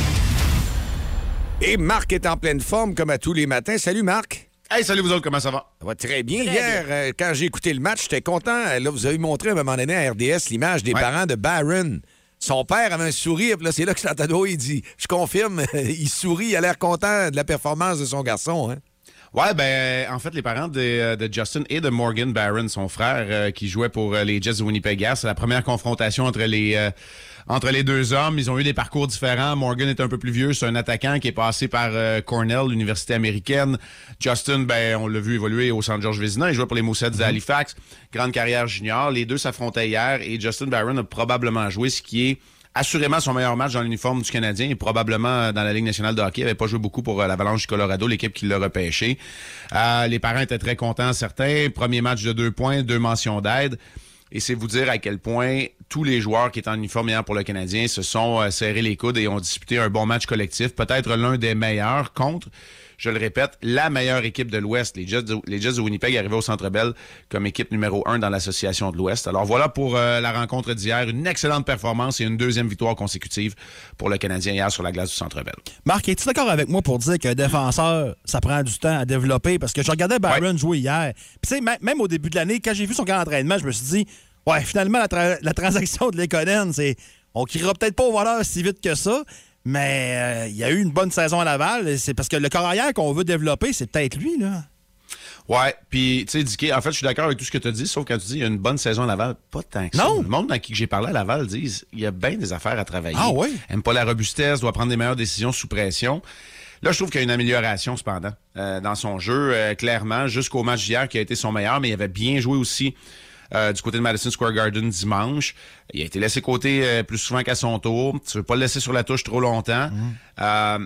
[SPEAKER 1] Et Marc est en pleine forme comme à tous les matins. Salut Marc.
[SPEAKER 15] Hey, salut vous autres, comment ça va?
[SPEAKER 1] Ça va très bien. Hier, euh, quand j'ai écouté le match, j'étais content. Euh, Là, vous avez montré à un moment donné à RDS l'image des parents de Barron. Son père avait un sourire, puis là, c'est là que Chantado, il dit Je confirme, (laughs) il sourit, il a l'air content de la performance de son garçon. hein.
[SPEAKER 15] Ouais, ben, en fait, les parents de, euh, de Justin et de Morgan Barron, son frère, euh, qui jouait pour euh, les Jets de Winnipeg hier, c'est la première confrontation entre les, euh, entre les deux hommes. Ils ont eu des parcours différents. Morgan est un peu plus vieux, c'est un attaquant qui est passé par euh, Cornell, l'université américaine. Justin, ben, on l'a vu évoluer au San George Vézina. Il jouait pour les Moussets de Halifax. Grande carrière junior. Les deux s'affrontaient hier et Justin Barron a probablement joué ce qui est assurément son meilleur match dans l'uniforme du Canadien et probablement euh, dans la Ligue nationale de hockey. Il n'avait pas joué beaucoup pour euh, l'Avalanche du Colorado, l'équipe qui l'a repêché. Euh, les parents étaient très contents, certains. Premier match de deux points, deux mentions d'aide. Et c'est vous dire à quel point tous les joueurs qui étaient en uniforme hier pour le Canadien se sont euh, serrés les coudes et ont disputé un bon match collectif, peut-être l'un des meilleurs contre, je le répète, la meilleure équipe de l'Ouest. Les Jets de, les Jets de Winnipeg arrivaient au Centre Bell comme équipe numéro un dans l'association de l'Ouest. Alors voilà pour euh, la rencontre d'hier. Une excellente performance et une deuxième victoire consécutive pour le Canadien hier sur la glace du Centre Bell.
[SPEAKER 3] Marc, es-tu d'accord avec moi pour dire qu'un défenseur, ça prend du temps à développer? Parce que je regardais Byron jouer hier. Puis, tu sais, mê- même au début de l'année, quand j'ai vu son camp d'entraînement, je me suis dit, ouais, finalement, la, tra- la transaction de Lekonen, c'est. On criera peut-être pas au voleur si vite que ça, mais euh, il y a eu une bonne saison à Laval. et C'est parce que le carrière qu'on veut développer, c'est peut-être lui, là.
[SPEAKER 15] Ouais, puis tu sais, Dicky, en fait, je suis d'accord avec tout ce que tu as dit, sauf quand tu dis il y a une bonne saison à Laval, pas tant que ça. Le monde dans qui que j'ai parlé à Laval disent il y a bien des affaires à travailler.
[SPEAKER 3] Ah ouais?
[SPEAKER 15] Aime pas la robustesse, doit prendre des meilleures décisions sous pression. Là, je trouve qu'il y a une amélioration, cependant, euh, dans son jeu, euh, clairement, jusqu'au match d'hier qui a été son meilleur, mais il avait bien joué aussi euh, du côté de Madison Square Garden dimanche. Il a été laissé côté euh, plus souvent qu'à son tour. Tu veux pas le laisser sur la touche trop longtemps.
[SPEAKER 3] Mmh.
[SPEAKER 15] Euh,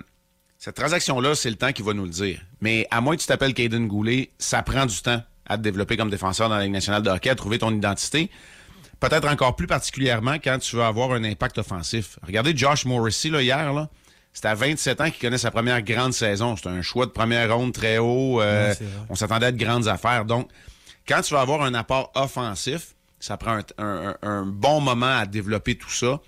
[SPEAKER 15] cette transaction-là, c'est le temps qui va nous le dire. Mais à moins que tu t'appelles Caden Goulet, ça prend du temps à te développer comme défenseur dans la Ligue nationale de hockey, à trouver ton identité. Peut-être encore plus particulièrement quand tu veux avoir un impact offensif. Regardez Josh Morrissey là, hier, là. C'est à 27 ans qu'il connaît sa première grande saison. C'est un choix de première ronde très haut. euh,
[SPEAKER 3] Ouais, c'est vrai.
[SPEAKER 15] on s'attendait à de grandes affaires. Donc, quand tu vas avoir un apport offensif, ça prend un, un- un- un bon moment à développer tout ça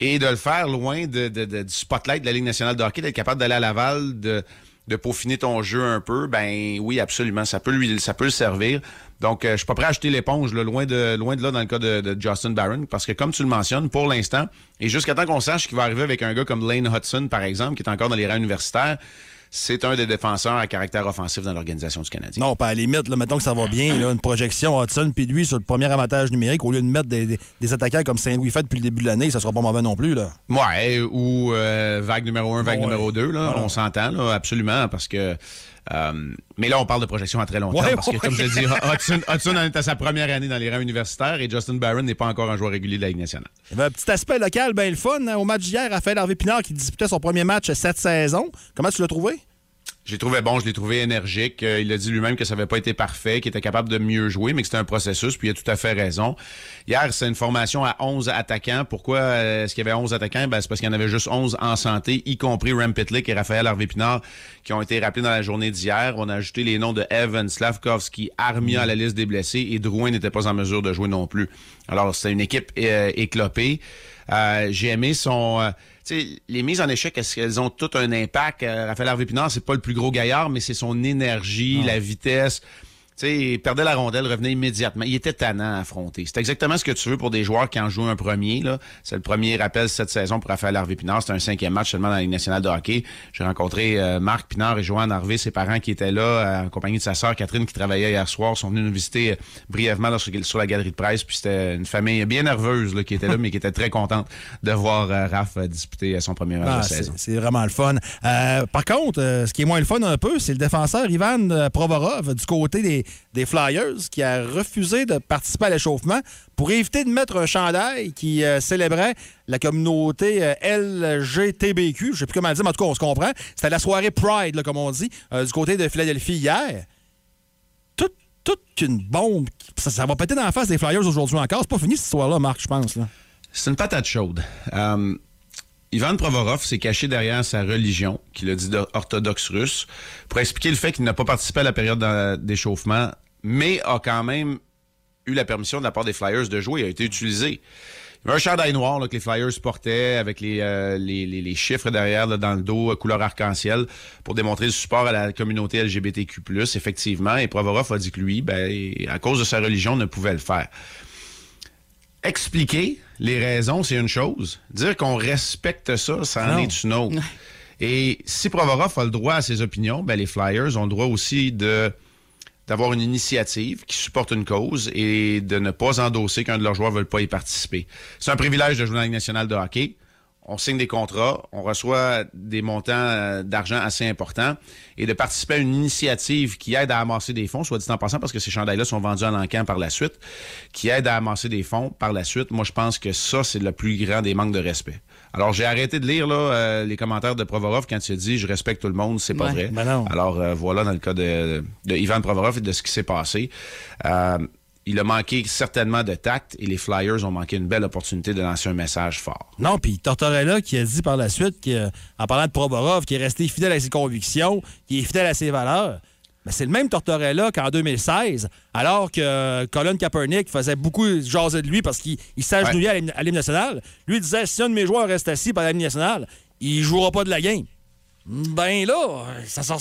[SPEAKER 15] et de le faire loin de- de- de- du spotlight de la Ligue nationale de hockey, d'être capable d'aller à Laval, de, de peaufiner ton jeu un peu, ben oui, absolument, ça peut lui, ça peut le servir. Donc, euh, je suis pas prêt à acheter l'éponge, là, loin, de, loin de là dans le cas de, de Justin Barron, parce que comme tu le mentionnes, pour l'instant, et jusqu'à temps qu'on sache qu'il va arriver avec un gars comme Lane Hudson, par exemple, qui est encore dans les rangs universitaires, c'est un des défenseurs à caractère offensif dans l'organisation du Canadien.
[SPEAKER 6] Non, pas à la limite, là, mettons que ça va bien, là, une projection Hudson, puis lui, sur le premier avantage numérique, au lieu de mettre des, des- des attaquants comme Saint-Louis fait depuis le début de l'année, ça sera pas mauvais non plus. Là.
[SPEAKER 15] Ouais, ou euh, vague numéro 1, vague numéro 2, là, on s'entend, là, absolument, parce que. euh, mais là, on parle de projection à très long
[SPEAKER 6] Ouais,
[SPEAKER 15] terme, parce que,
[SPEAKER 6] ouais.
[SPEAKER 15] comme je te dis, Hudson, Hudson en est à sa première année dans les rangs universitaires et Justin Barron n'est pas encore un joueur régulier de la Ligue nationale.
[SPEAKER 3] Il y avait un Eh ben, petit aspect local, bien le fun. hein. Au match d'hier, Raphaël Harvey Pinard qui disputait son premier match cette saison. Comment tu l'as trouvé?
[SPEAKER 15] Je l'ai trouvé bon, je l'ai trouvé énergique. Euh, il a dit lui-même que ça n'avait pas été parfait, qu'il était capable de mieux jouer, mais que c'était un processus, puis il a tout à fait raison. Hier, c'est une formation à 11 attaquants. Pourquoi euh, est-ce qu'il y avait 11 attaquants? Ben, c'est parce qu'il y en avait juste 11 en santé, y compris Rem Pitlick et Raphaël Harvey-Pinard, qui ont été rappelés dans la journée d'hier. On a ajouté les noms de Evan, Slavkovski, Armia à la liste des blessés, et Drouin n'était pas en mesure de jouer non plus. Alors, c'est une équipe euh, éclopée. Euh, J'ai aimé son... euh, tu sais, les mises en échec, est-ce qu'elles ont tout un impact? Euh, Raphaël Harvey-Pinard, c'est pas le plus gros gaillard, mais c'est son énergie, la vitesse. Tu sais, il perdait la rondelle, revenait immédiatement. Il était tannant à affronter. C'est exactement ce que tu veux pour des joueurs qui en jouent un premier. là. C'est le premier rappel cette saison pour Raphaël Harvey Pinard. C'est un cinquième match seulement dans la Ligue nationale de hockey. J'ai rencontré euh, Marc Pinard et Joanne Harvey, ses parents qui étaient là, euh, en compagnie de sa sœur Catherine qui travaillait hier soir, sont venus nous visiter euh, brièvement là, sur, sur la galerie de presse. Puis c'était une famille bien nerveuse là, qui
[SPEAKER 3] (laughs)
[SPEAKER 15] était là, mais qui était très contente de voir euh, Raph euh, disputer euh, son premier match
[SPEAKER 3] Ah,
[SPEAKER 15] de
[SPEAKER 3] c'est
[SPEAKER 15] saison.
[SPEAKER 3] c'est vraiment le fun. Euh, par contre, euh, ce qui est moins le fun un peu, c'est le défenseur Ivan euh, Provorov du côté des, des Flyers qui a refusé de participer à l'échauffement pour éviter de mettre un chandail qui euh, célébrait la communauté euh, LGTBQ. Je sais plus comment le dire, mais en tout cas, on se comprend. C'était la soirée Pride, là, comme on dit, euh, du côté de Philadelphie hier. Tout- Toute une bombe. qui- Ça, ça va péter dans la face des Flyers aujourd'hui encore. C'est pas fini cette histoire-là, Marc, je pense. là.
[SPEAKER 15] C'est une patate chaude. Euh, Ivan Provorov s'est caché derrière sa religion, qu'il a dit d'or- orthodoxe russe, pour expliquer le fait qu'il n'a pas participé à la période d'en- d'échauffement, mais a quand même eu la permission de la part des Flyers de jouer, a été utilisé. Il y avait un chandail noir là, que les Flyers portaient avec les, euh, les, les- les chiffres derrière là, dans le dos, euh, couleur arc-en-ciel, pour démontrer le support à la communauté LGBTQ+, effectivement. Et Provorov a dit que lui, ben, à cause de sa religion, ne pouvait le faire expliquer les raisons, c'est une chose. Dire qu'on respecte ça, ça en
[SPEAKER 3] Non.
[SPEAKER 15] est une autre. Et si Provorov a le droit à ses opinions, ben les Flyers ont le droit aussi de d'avoir une initiative qui supporte une cause et de ne pas endosser qu'un de leurs joueurs ne veulent pas y participer. C'est un privilège de jouer dans la Ligue nationale de hockey. On signe des contrats, on reçoit des montants euh, d'argent assez importants et de participer à une initiative qui aide à amasser des fonds, soit dit en passant, parce que ces chandails-là sont vendus en l'encan par la suite, qui aide à amasser des fonds par la suite. Moi, je pense que ça, c'est le plus grand des manques de respect. Alors, j'ai arrêté de lire là, euh, les commentaires de Provorov quand il a dit « Je respecte tout le monde, c'est pas
[SPEAKER 3] Ouais.
[SPEAKER 15] vrai
[SPEAKER 3] Ben non.
[SPEAKER 15] alors euh, voilà dans le cas de, de Ivan Provorov et de ce qui s'est passé. Euh, il a manqué certainement de tact et les Flyers ont manqué une belle opportunité de lancer un message fort.
[SPEAKER 3] Non, puis Tortorella qui a dit par la suite, que, en parlant de Proborov, qui est resté fidèle à ses convictions, qui est fidèle à ses valeurs. Mais c'est le même Tortorella qu'en 2016, alors que Colin Kaepernick faisait beaucoup jaser de lui parce qu'il il s'agenouillait à l'hymne- à l'hymne national. Lui disait si un de mes joueurs reste assis par l'hymne national, il jouera pas de la game. Ben là, ça sort.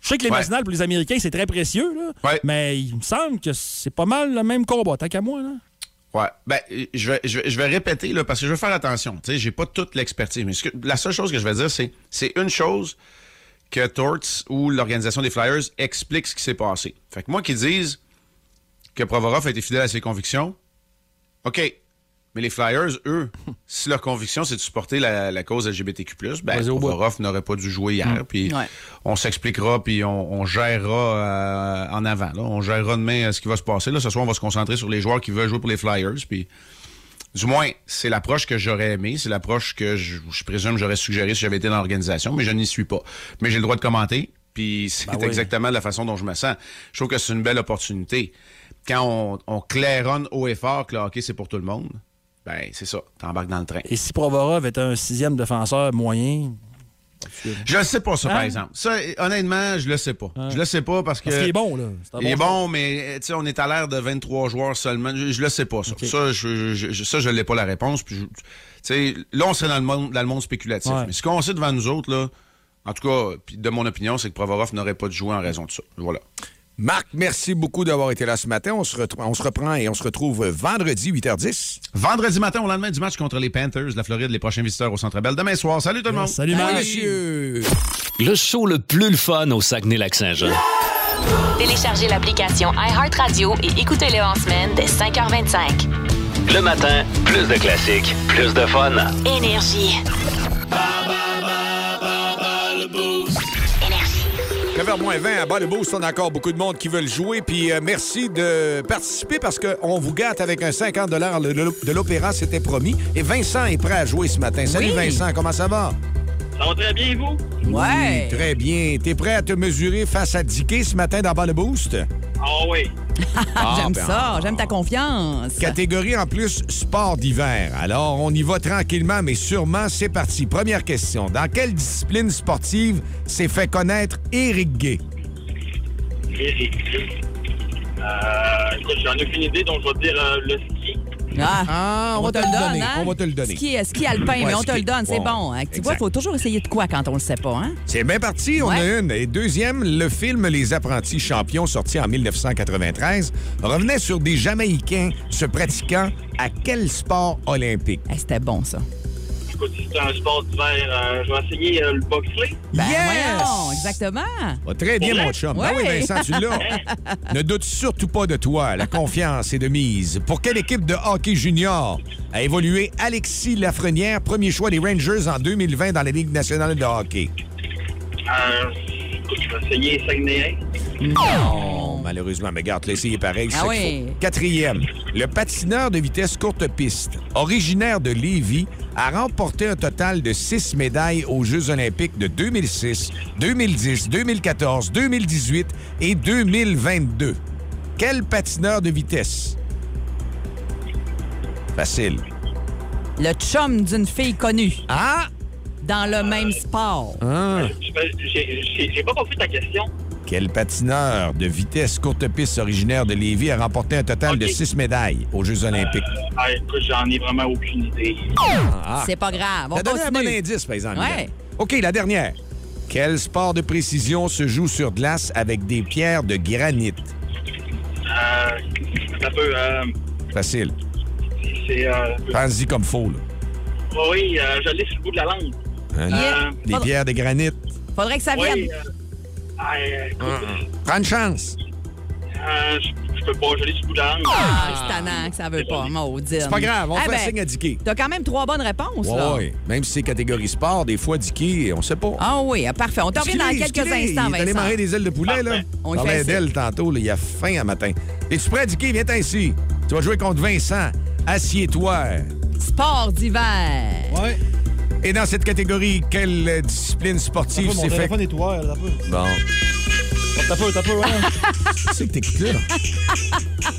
[SPEAKER 3] Je sais que les
[SPEAKER 15] Ouais.
[SPEAKER 3] nationales pour les Américains, c'est très précieux, là, mais il me semble que c'est pas mal le même combat, tant qu'à moi. Là.
[SPEAKER 15] Ouais. Ben, euh, je vais, je vais, je vais répéter, là, parce que je veux faire attention. Tu sais, j'ai pas toute l'expertise. Mais ce que- la seule chose que je vais dire, c'est, c'est une chose que Torts ou l'organisation des Flyers explique ce qui s'est passé. Fait que moi, qu'ils disent que Provorov a été fidèle à ses convictions, OK. Mais les Flyers,
[SPEAKER 3] (laughs)
[SPEAKER 15] eux, si leur conviction, c'est de supporter la, la cause LGBTQ, ben,
[SPEAKER 3] Vas-y au bout. Mm.
[SPEAKER 15] Provorov n'aurait pas dû jouer hier. Puis
[SPEAKER 3] Ouais.
[SPEAKER 15] on s'expliquera, puis on, on gérera euh, en avant. là. On gérera demain euh, ce qui va se passer. Là, ce soir, on va se concentrer sur les joueurs qui veulent jouer pour les Flyers. Puis, du moins, c'est l'approche que j'aurais aimée. C'est l'approche que je, je présume j'aurais suggéré si j'avais été dans l'organisation, mais je n'y suis pas. Mais j'ai le droit de commenter, puis (laughs) c'est
[SPEAKER 3] Ben oui.
[SPEAKER 15] exactement la façon dont je me sens. Je trouve que c'est une belle opportunité. Quand on, on claironne haut et fort que le hockey, c'est pour tout le monde, ben c'est ça. T'embarques dans le train.
[SPEAKER 3] Et si Provorov était un sixième défenseur moyen,
[SPEAKER 15] Je le sais pas ça, par
[SPEAKER 3] Hein?
[SPEAKER 15] exemple. Ça, honnêtement, je le sais pas. Je le sais pas parce que.
[SPEAKER 3] Parce qu'il est bon, là. C'est un
[SPEAKER 15] Il est
[SPEAKER 3] bon
[SPEAKER 15] bon, mais euh, tu sais, on est à l'ère de 23 joueurs seulement. Je, je le sais pas, ça. Ça, je, je- je- ça, je l'ai pas la réponse. Puis je- tu sais, là, on serait dans le monde, dans le monde spéculatif.
[SPEAKER 3] Ouais.
[SPEAKER 15] Mais ce qu'on sait devant nous autres, là, en tout cas, puis de mon opinion, c'est que Provorov n'aurait pas de jouer en raison de ça. Voilà.
[SPEAKER 1] Marc, merci beaucoup d'avoir été là ce matin. On se, retrouve- on se reprend et on se retrouve vendredi 8h10.
[SPEAKER 15] Vendredi matin, au lendemain du match contre les Panthers, la Floride, les prochains visiteurs au Centre Bell. Demain soir, salut tout le monde.
[SPEAKER 1] Salut, monsieur.
[SPEAKER 4] Le show le plus le fun au Saguenay-Lac-Saint-Jean.
[SPEAKER 9] Téléchargez l'application iHeartRadio et écoutez-le en semaine dès 5h25.
[SPEAKER 4] Le matin, plus de classiques, plus de fun.
[SPEAKER 9] Énergie.
[SPEAKER 1] vers moins 20 à bas le boost, on a encore beaucoup de monde qui veulent jouer. Puis euh, merci de participer parce qu'on vous gâte avec un 50 le- le- de l'opéra, c'était promis. Et Vincent est prêt à jouer ce matin. Salut
[SPEAKER 12] Oui.
[SPEAKER 1] Vincent, comment ça va?
[SPEAKER 12] Ça va très bien, vous?
[SPEAKER 1] Oui, très bien. T'es prêt à te mesurer face à Dicky ce matin dans bas le boost?
[SPEAKER 12] Ah (laughs) oui.
[SPEAKER 1] Ah,
[SPEAKER 2] j'aime
[SPEAKER 1] ben,
[SPEAKER 2] ça, j'aime ta confiance.
[SPEAKER 1] Catégorie en plus sport d'hiver. Alors, on y va tranquillement, mais sûrement, c'est parti. Première question. Dans quelle discipline sportive s'est fait connaître Eric Gay?
[SPEAKER 12] Éric. Euh, écoute, j'en ai aucune idée, donc je vais dire euh, le ski.
[SPEAKER 2] Ah,
[SPEAKER 1] on, va te le donner,
[SPEAKER 12] hein?
[SPEAKER 1] on va te le donner.
[SPEAKER 2] Ski, ski alpin,
[SPEAKER 1] Ouais,
[SPEAKER 2] mais on te
[SPEAKER 1] ski.
[SPEAKER 2] le donne, c'est
[SPEAKER 1] Bon,
[SPEAKER 2] bon. hein. Tu vois, il
[SPEAKER 1] exact.
[SPEAKER 2] faut toujours essayer de quoi quand on le sait pas, hein?
[SPEAKER 1] C'est bien parti, on a une. Et deuxième, le film Les apprentis champions, sorti en 1993, revenait sur des Jamaïcains se pratiquant à quel sport olympique?
[SPEAKER 2] Eh, C'était bon, ça.
[SPEAKER 12] Écoute, c'est un sport d'hiver. euh, je vais enseigner euh, le boxley.
[SPEAKER 2] Ben,
[SPEAKER 1] Yes!
[SPEAKER 2] voyons, exactement.
[SPEAKER 1] Va Ah, très bien,
[SPEAKER 12] Pour
[SPEAKER 1] mon
[SPEAKER 12] vrai?
[SPEAKER 1] chum.
[SPEAKER 2] Ouais.
[SPEAKER 1] Ah oui, Vincent, tu l'as. ne doute surtout pas de toi. La confiance est de mise. Pour quelle équipe de hockey junior a évolué Alexis Lafrenière, premier choix des Rangers en 2020 dans la Ligue nationale de hockey?
[SPEAKER 12] Euh, écoute, je vais enseigner Saguenayen.
[SPEAKER 1] Non, malheureusement, mais garde, l'essayer pareil. c'est
[SPEAKER 12] Ah
[SPEAKER 1] ça
[SPEAKER 12] oui.
[SPEAKER 1] qu'il faut. Quatrième, le patineur de vitesse courte piste, originaire de Lévis, a remporté un total de six médailles aux Jeux olympiques de 2006, 2010, 2014, 2018 et 2022. Quel patineur de vitesse? Facile.
[SPEAKER 2] (laughs) Le chum d'une fille connue.
[SPEAKER 1] Ah!
[SPEAKER 2] Dans le même sport.
[SPEAKER 12] Je vais- j'ai- J'ai j'ai pas compris ta question.
[SPEAKER 1] Quel patineur de vitesse courte piste originaire de Lévis a remporté un total de six médailles aux Jeux olympiques?
[SPEAKER 12] Ah, écoute, j'en ai vraiment aucune idée.
[SPEAKER 1] Ah.
[SPEAKER 2] C'est pas grave. On
[SPEAKER 1] T'as donné un
[SPEAKER 2] continue.
[SPEAKER 1] bon indice, par exemple.
[SPEAKER 2] Ouais.
[SPEAKER 1] Mylène. OK, la dernière. Quel sport de précision se joue sur glace avec des pierres de granit?
[SPEAKER 12] Euh, un peu, euh,
[SPEAKER 1] Facile.
[SPEAKER 12] c'est... Euh,
[SPEAKER 1] Pense-y comme faux, là.
[SPEAKER 12] oui, euh, je l'ai sur le bout de la langue.
[SPEAKER 2] Euh,
[SPEAKER 1] Hein?
[SPEAKER 12] Yeah.
[SPEAKER 1] Des pierres de granit.
[SPEAKER 2] Faudrait que ça
[SPEAKER 12] Oui,
[SPEAKER 2] vienne.
[SPEAKER 12] euh, ah, euh, écoute,
[SPEAKER 1] Prends une chance.
[SPEAKER 12] euh, je, je peux pas, je l'ai sur le bout de la langue.
[SPEAKER 2] Ah, c'est tannant que ça veut pas, maudit.
[SPEAKER 1] C'est pas grave, on
[SPEAKER 2] Eh
[SPEAKER 1] fait
[SPEAKER 2] ben,
[SPEAKER 1] un signe à Dicky.
[SPEAKER 2] T'as quand même trois bonnes réponses,
[SPEAKER 1] Ouais,
[SPEAKER 2] là.
[SPEAKER 1] ouais. Même si c'est catégorie sport, des fois, Dicky, on sait pas.
[SPEAKER 2] Ah oui, ah, parfait. On te revient dans
[SPEAKER 1] Excusez,
[SPEAKER 2] quelques
[SPEAKER 1] excusez,
[SPEAKER 2] instants,
[SPEAKER 1] Il est allé
[SPEAKER 2] Vincent.
[SPEAKER 1] manger des ailes de poulet, là.
[SPEAKER 2] On
[SPEAKER 1] On
[SPEAKER 2] le fait
[SPEAKER 1] parlait
[SPEAKER 2] ici.
[SPEAKER 1] d'ailes tantôt, là. Il a faim à matin. Es-tu prêt, Dicky? Viens ici. Tu vas jouer contre Vincent. Assieds-toi.
[SPEAKER 2] Sport d'hiver.
[SPEAKER 1] Ouais. Et dans cette catégorie, quelle euh, discipline sportive
[SPEAKER 3] Mon
[SPEAKER 1] s'est fait?
[SPEAKER 3] téléphone est ouvert, là, peu.
[SPEAKER 1] Bon.
[SPEAKER 3] T'as peu, t'as peu,
[SPEAKER 1] (laughs) Tu sais que t'écoutes là?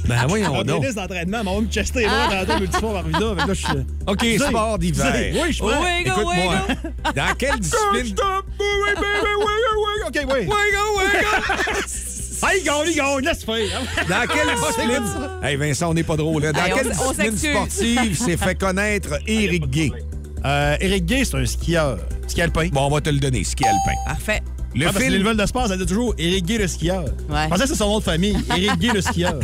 [SPEAKER 1] Ben voyons donc.
[SPEAKER 3] Organisme Ah, d'entraînement, mon homme chesté là,
[SPEAKER 2] Ah.
[SPEAKER 3] dans deux multisports Arvida. Fait que là, je suis-
[SPEAKER 1] OK,
[SPEAKER 3] Zé,
[SPEAKER 1] sport d'hiver.
[SPEAKER 3] Zé, Oui, je suis prêt.
[SPEAKER 1] Écoute-moi. Dans quelle discipline...
[SPEAKER 3] OK, oui. Hey, gagne, gagne, laisse faire.
[SPEAKER 1] Dans
[SPEAKER 3] (laughs)
[SPEAKER 1] quelle discipline... Hey Vincent, on n'est pas drôle. Hein? Dans
[SPEAKER 3] Hey, on
[SPEAKER 1] quelle
[SPEAKER 3] s- on
[SPEAKER 1] discipline
[SPEAKER 3] s'excuse.
[SPEAKER 1] sportive s'est fait
[SPEAKER 3] Ah,
[SPEAKER 1] connaître Eric Gay?
[SPEAKER 3] Eric Euh, Gay, c'est un skieur. Ski alpin.
[SPEAKER 1] Bon, on va te le donner, ski alpin.
[SPEAKER 2] Parfait.
[SPEAKER 3] Le ah,
[SPEAKER 1] Le
[SPEAKER 3] parce que
[SPEAKER 1] film-
[SPEAKER 3] les nouvelles de sport, ça dit toujours Eric Gay le skieur. Je pensais que c'est son nom de famille. Eric Gay le skieur.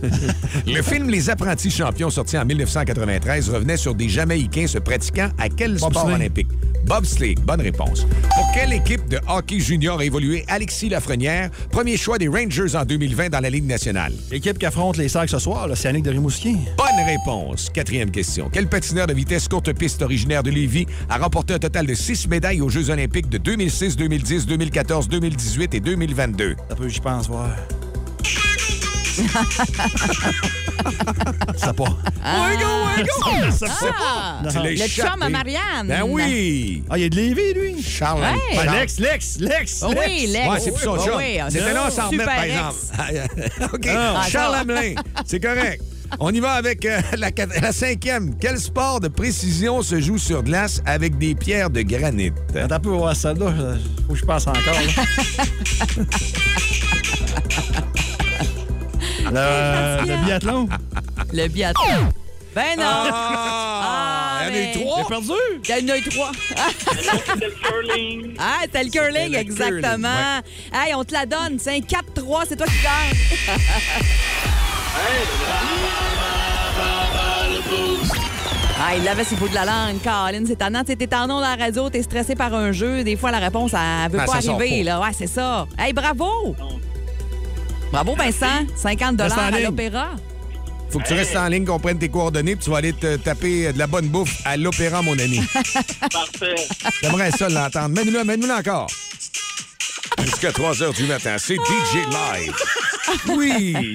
[SPEAKER 3] (laughs)
[SPEAKER 1] Le film Les apprentis champions, sorti en 1993, revenait sur des Jamaïcains se pratiquant à quel sport
[SPEAKER 3] Bobsleigh.
[SPEAKER 1] olympique? Bobsleigh, bonne réponse. Pour quelle équipe de hockey junior a évolué Alexis Lafrenière, premier choix des Rangers en 2020 dans la Ligue nationale?
[SPEAKER 3] L'équipe qui affronte les Sacs ce soir, là, c'est Annick de Rimouski.
[SPEAKER 1] Bonne réponse. Quatrième question. Quel patineur de vitesse courte piste originaire de Lévis a remporté un total de six médailles aux Jeux olympiques de 2006, 2010, 2014, 2018 et 2022?
[SPEAKER 3] Ça peut, j'y pense, voir. ça pas.
[SPEAKER 2] Ah.
[SPEAKER 3] Ça pas.
[SPEAKER 2] Ah.
[SPEAKER 3] Non.
[SPEAKER 2] Le chum à Marianne.
[SPEAKER 3] Ben oui. Ah, il est de Lévis, lui.
[SPEAKER 1] Charles.
[SPEAKER 2] Ouais.
[SPEAKER 3] Ah, Lex, Lex, Lex.
[SPEAKER 2] Oh oui, Lex.
[SPEAKER 1] Ouais, c'est plus son
[SPEAKER 2] Oh
[SPEAKER 1] chum.
[SPEAKER 2] oui, ah,
[SPEAKER 1] C'était
[SPEAKER 2] non.
[SPEAKER 1] là, on s'en remet,
[SPEAKER 2] Super
[SPEAKER 1] par
[SPEAKER 2] ex.
[SPEAKER 3] (laughs)
[SPEAKER 1] exemple. OK.
[SPEAKER 3] Ah.
[SPEAKER 1] Charles
[SPEAKER 3] Ah.
[SPEAKER 2] (laughs)
[SPEAKER 1] Hamelin, c'est correct. On y va avec euh, la, quat- la cinquième. Quel sport de précision se joue sur glace avec des pierres de granit?
[SPEAKER 3] Attends un peu, ouais, celle-là, euh, faut que je passe encore. là. Le, euh, le biathlon.
[SPEAKER 2] Le biathlon. Ben non.
[SPEAKER 1] Ah,
[SPEAKER 2] il y en a eu trois.
[SPEAKER 3] J'ai perdu.
[SPEAKER 2] Il y en a eu trois. Ah, c'était le curling,
[SPEAKER 16] le
[SPEAKER 2] exactement. Hey, on te la donne. C'est un 4-3, c'est toi qui gagne.
[SPEAKER 12] (laughs) Ah, il l'avait sur le bout de la langue, Colin. C'est tannant. Tu sais, T'es en ondes à la radio, t'es stressé par un jeu. Des fois, la réponse, elle veut
[SPEAKER 10] Ah,
[SPEAKER 12] pas
[SPEAKER 10] ça sort
[SPEAKER 12] arriver.
[SPEAKER 10] pas.
[SPEAKER 12] Là. Ouais, c'est ça. Hey, bravo! Bravo, Vincent. 50
[SPEAKER 1] Reste en
[SPEAKER 12] à
[SPEAKER 1] ligne.
[SPEAKER 12] l'opéra.
[SPEAKER 1] (laughs) Faut que tu restes en ligne, qu'on prenne tes coordonnées, puis tu vas aller te taper euh, de la bonne bouffe à l'opéra, mon (laughs) ami.
[SPEAKER 10] Parfait.
[SPEAKER 1] J'aimerais ça l'entendre. Mène-nous-le, mène-nous-le encore. Jusqu'à 3 h du matin, c'est DJ Live. Oui!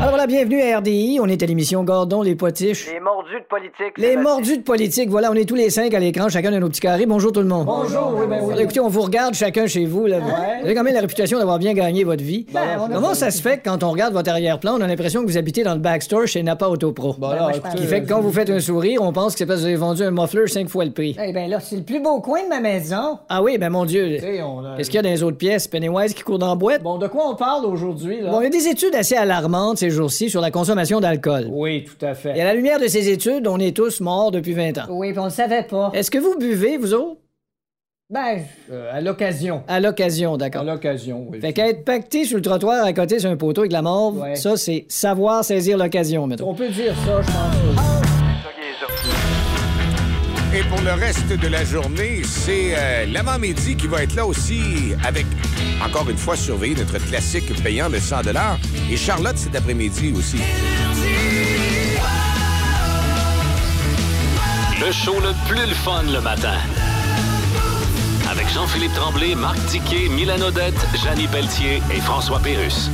[SPEAKER 8] Alors voilà, bienvenue à RDI. On est à l'émission Gordon, les potiches.
[SPEAKER 13] Les mordus de politique.
[SPEAKER 8] Les mordus de politique, voilà, on est tous les cinq à l'écran, chacun de nos petits carrés. Bonjour tout le monde.
[SPEAKER 13] Bonjour, oui, ben oui.
[SPEAKER 8] Alors, écoutez, on vous regarde chacun chez vous. Là.
[SPEAKER 13] Ouais.
[SPEAKER 8] Vous avez quand même la réputation d'avoir bien gagné votre vie.
[SPEAKER 13] Ben, on a
[SPEAKER 8] Comment
[SPEAKER 13] fait-
[SPEAKER 8] ça se fait que quand on regarde votre arrière-plan, on a l'impression que vous habitez dans le backstore chez Napa Auto Pro?
[SPEAKER 13] Ben, moi, je pense-
[SPEAKER 8] Ce qui fait que quand vous faites un sourire, on pense que c'est parce que vous avez vendu un muffler cinq fois le prix.
[SPEAKER 13] Eh ben là, c'est le plus beau coin de ma maison.
[SPEAKER 8] Ah oui, ben mon Dieu.
[SPEAKER 13] sais, on a-
[SPEAKER 8] Qu'est-ce qu'il y a dans les autres pièces? Pennywise qui court dans la boîte? Bon, de quoi on parle aujourd'hui, là? Bon, il y a des études assez alarmantes ces jours-ci sur la consommation d'alcool.
[SPEAKER 13] Oui, tout à fait.
[SPEAKER 8] Et à la lumière de ces études, on est tous morts depuis 20 ans.
[SPEAKER 13] Oui, puis on le savait pas.
[SPEAKER 8] Est-ce que vous buvez, vous autres?
[SPEAKER 13] Ben, à l'occasion.
[SPEAKER 8] À l'occasion, d'accord.
[SPEAKER 13] À l'occasion, oui.
[SPEAKER 8] Fait qu'être pacté sur le trottoir à côté sur un poteau avec de la morve,
[SPEAKER 13] Ouais.
[SPEAKER 8] ça, c'est savoir saisir l'occasion, mettons.
[SPEAKER 13] On peut dire ça, je pense.
[SPEAKER 1] Et pour le reste de la journée, c'est euh, l'avant-midi qui va être là aussi avec, encore une fois, surveiller notre classique payant de 100 et Charlotte cet après-midi aussi.
[SPEAKER 4] Le show le plus le fun le matin. Avec Jean-Philippe Tremblay, Marc Tiquet, Milan Odette, Janine Pelletier et François Pérus.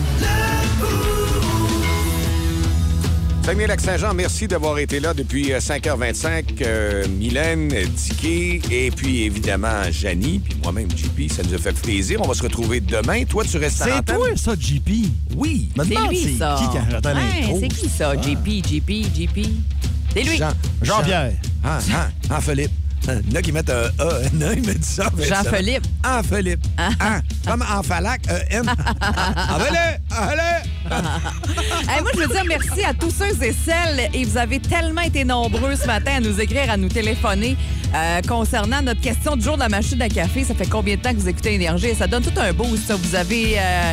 [SPEAKER 1] Saguenay-Lac-Saint-Jean, merci d'avoir été là depuis euh, 5h25. Euh, Mylène, euh, Dicky et puis évidemment Janie, puis moi-même, JP, ça nous a fait plaisir. On va se retrouver demain. Toi, tu restes à
[SPEAKER 3] C'est
[SPEAKER 1] l'antenne.
[SPEAKER 3] toi, ça, JP?
[SPEAKER 1] Oui.
[SPEAKER 3] Me
[SPEAKER 12] C'est
[SPEAKER 3] demande
[SPEAKER 12] lui,
[SPEAKER 3] c'est
[SPEAKER 12] ça.
[SPEAKER 3] qui quand j'entends
[SPEAKER 12] Ouais,
[SPEAKER 3] l'intro.
[SPEAKER 12] c'est qui ça? JP, JP, JP. C'est lui.
[SPEAKER 1] Ah. Jean-
[SPEAKER 3] Jean-Pierre.
[SPEAKER 1] Jean, ah, ah, ah, Philippe. Il y en a qui mettent un E. Il y en a qui mettent ça. mais ça-
[SPEAKER 12] Jean-Philippe.
[SPEAKER 1] Ah, Philippe. Ah, comme en falac, E,
[SPEAKER 12] (laughs)
[SPEAKER 1] M. Ah, allez,
[SPEAKER 12] Hey, moi, je veux dire merci à tous ceux et celles, et vous avez tellement été nombreux ce matin à nous écrire, à nous téléphoner euh, concernant notre question du jour de la machine à café. Ça fait combien de temps que vous écoutez Énergie? Ça donne tout un boost, ça. Vous avez... euh,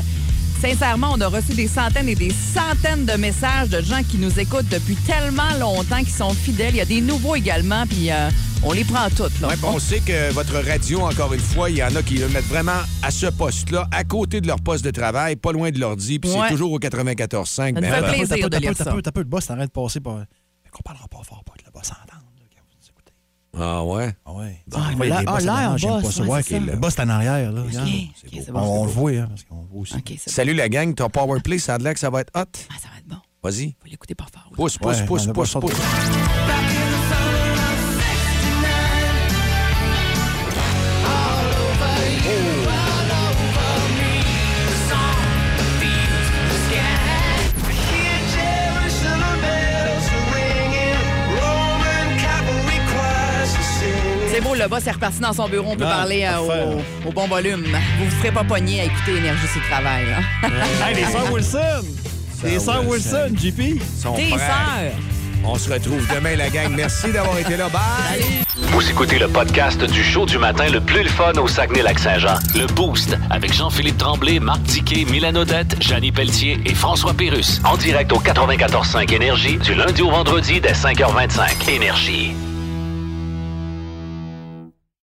[SPEAKER 12] Sincèrement, on a reçu des centaines et des centaines de messages de gens qui nous écoutent depuis tellement longtemps, qui sont fidèles. Il y a des nouveaux également, puis euh, on les prend toutes. Là.
[SPEAKER 1] Ouais, puis on sait que votre radio, encore une fois, il y en a qui le mettent vraiment à ce poste-là, à côté de leur poste de travail, pas loin de l'ordi, puis
[SPEAKER 3] Ouais.
[SPEAKER 1] c'est toujours au 94.5.
[SPEAKER 3] T'as
[SPEAKER 1] ben,
[SPEAKER 3] peu, t'as peu,
[SPEAKER 1] ben, ben,
[SPEAKER 3] t'as peu,
[SPEAKER 1] ben, ben,
[SPEAKER 3] t'as peu, t'as peu, le boss arrête de passer par. Fait qu'on parlera pas fort pour que le boss entende.
[SPEAKER 1] Ah ouais?
[SPEAKER 3] Ah ouais.
[SPEAKER 1] Ah,
[SPEAKER 3] Ouais,
[SPEAKER 1] la-
[SPEAKER 3] les
[SPEAKER 1] ah,
[SPEAKER 3] boss,
[SPEAKER 1] l'air,
[SPEAKER 3] j'aime pas
[SPEAKER 1] boss,
[SPEAKER 3] ça.
[SPEAKER 1] ouais,
[SPEAKER 3] Ouais,
[SPEAKER 1] c'est
[SPEAKER 3] ok,
[SPEAKER 1] ça.
[SPEAKER 3] Le boss est en arrière, là. regarde.
[SPEAKER 1] c'est
[SPEAKER 3] On- On le
[SPEAKER 1] bon, c'est bon.
[SPEAKER 3] voit, hein, parce qu'on le voit aussi.
[SPEAKER 1] Salut la gang, ton powerplay, ça a l'air que ça va être hot. ça va être bon. Vas-y. Faut
[SPEAKER 12] l'écouter par fort.
[SPEAKER 1] Pousse, pousse,
[SPEAKER 3] Ouais,
[SPEAKER 1] pousse,
[SPEAKER 3] on a
[SPEAKER 1] pousse,
[SPEAKER 3] pas
[SPEAKER 1] pousse.
[SPEAKER 12] C'est beau, le boss est reparti dans son bureau. On peut
[SPEAKER 10] Ah,
[SPEAKER 12] parler euh,
[SPEAKER 10] parfait.
[SPEAKER 12] au, au bon volume. Vous vous ferez pas pogner à écouter Énergie, c'est le travail. là. (laughs)
[SPEAKER 3] Hey, les sœurs Wilson! Les sœurs Wilson, JP!
[SPEAKER 1] Son
[SPEAKER 12] Tes
[SPEAKER 1] frère.
[SPEAKER 12] sœurs.
[SPEAKER 1] On se retrouve demain, la gang. Merci d'avoir été là. Bye!
[SPEAKER 4] Vous écoutez le podcast du show du matin le plus le fun au Saguenay-Lac-Saint-Jean. Le Boost avec Jean-Philippe Tremblay, Marc Tiquet, Milan Odette, Janine Pelletier et François Pérus. En direct au 94.5 Énergie du lundi au vendredi dès 5h25. Énergie.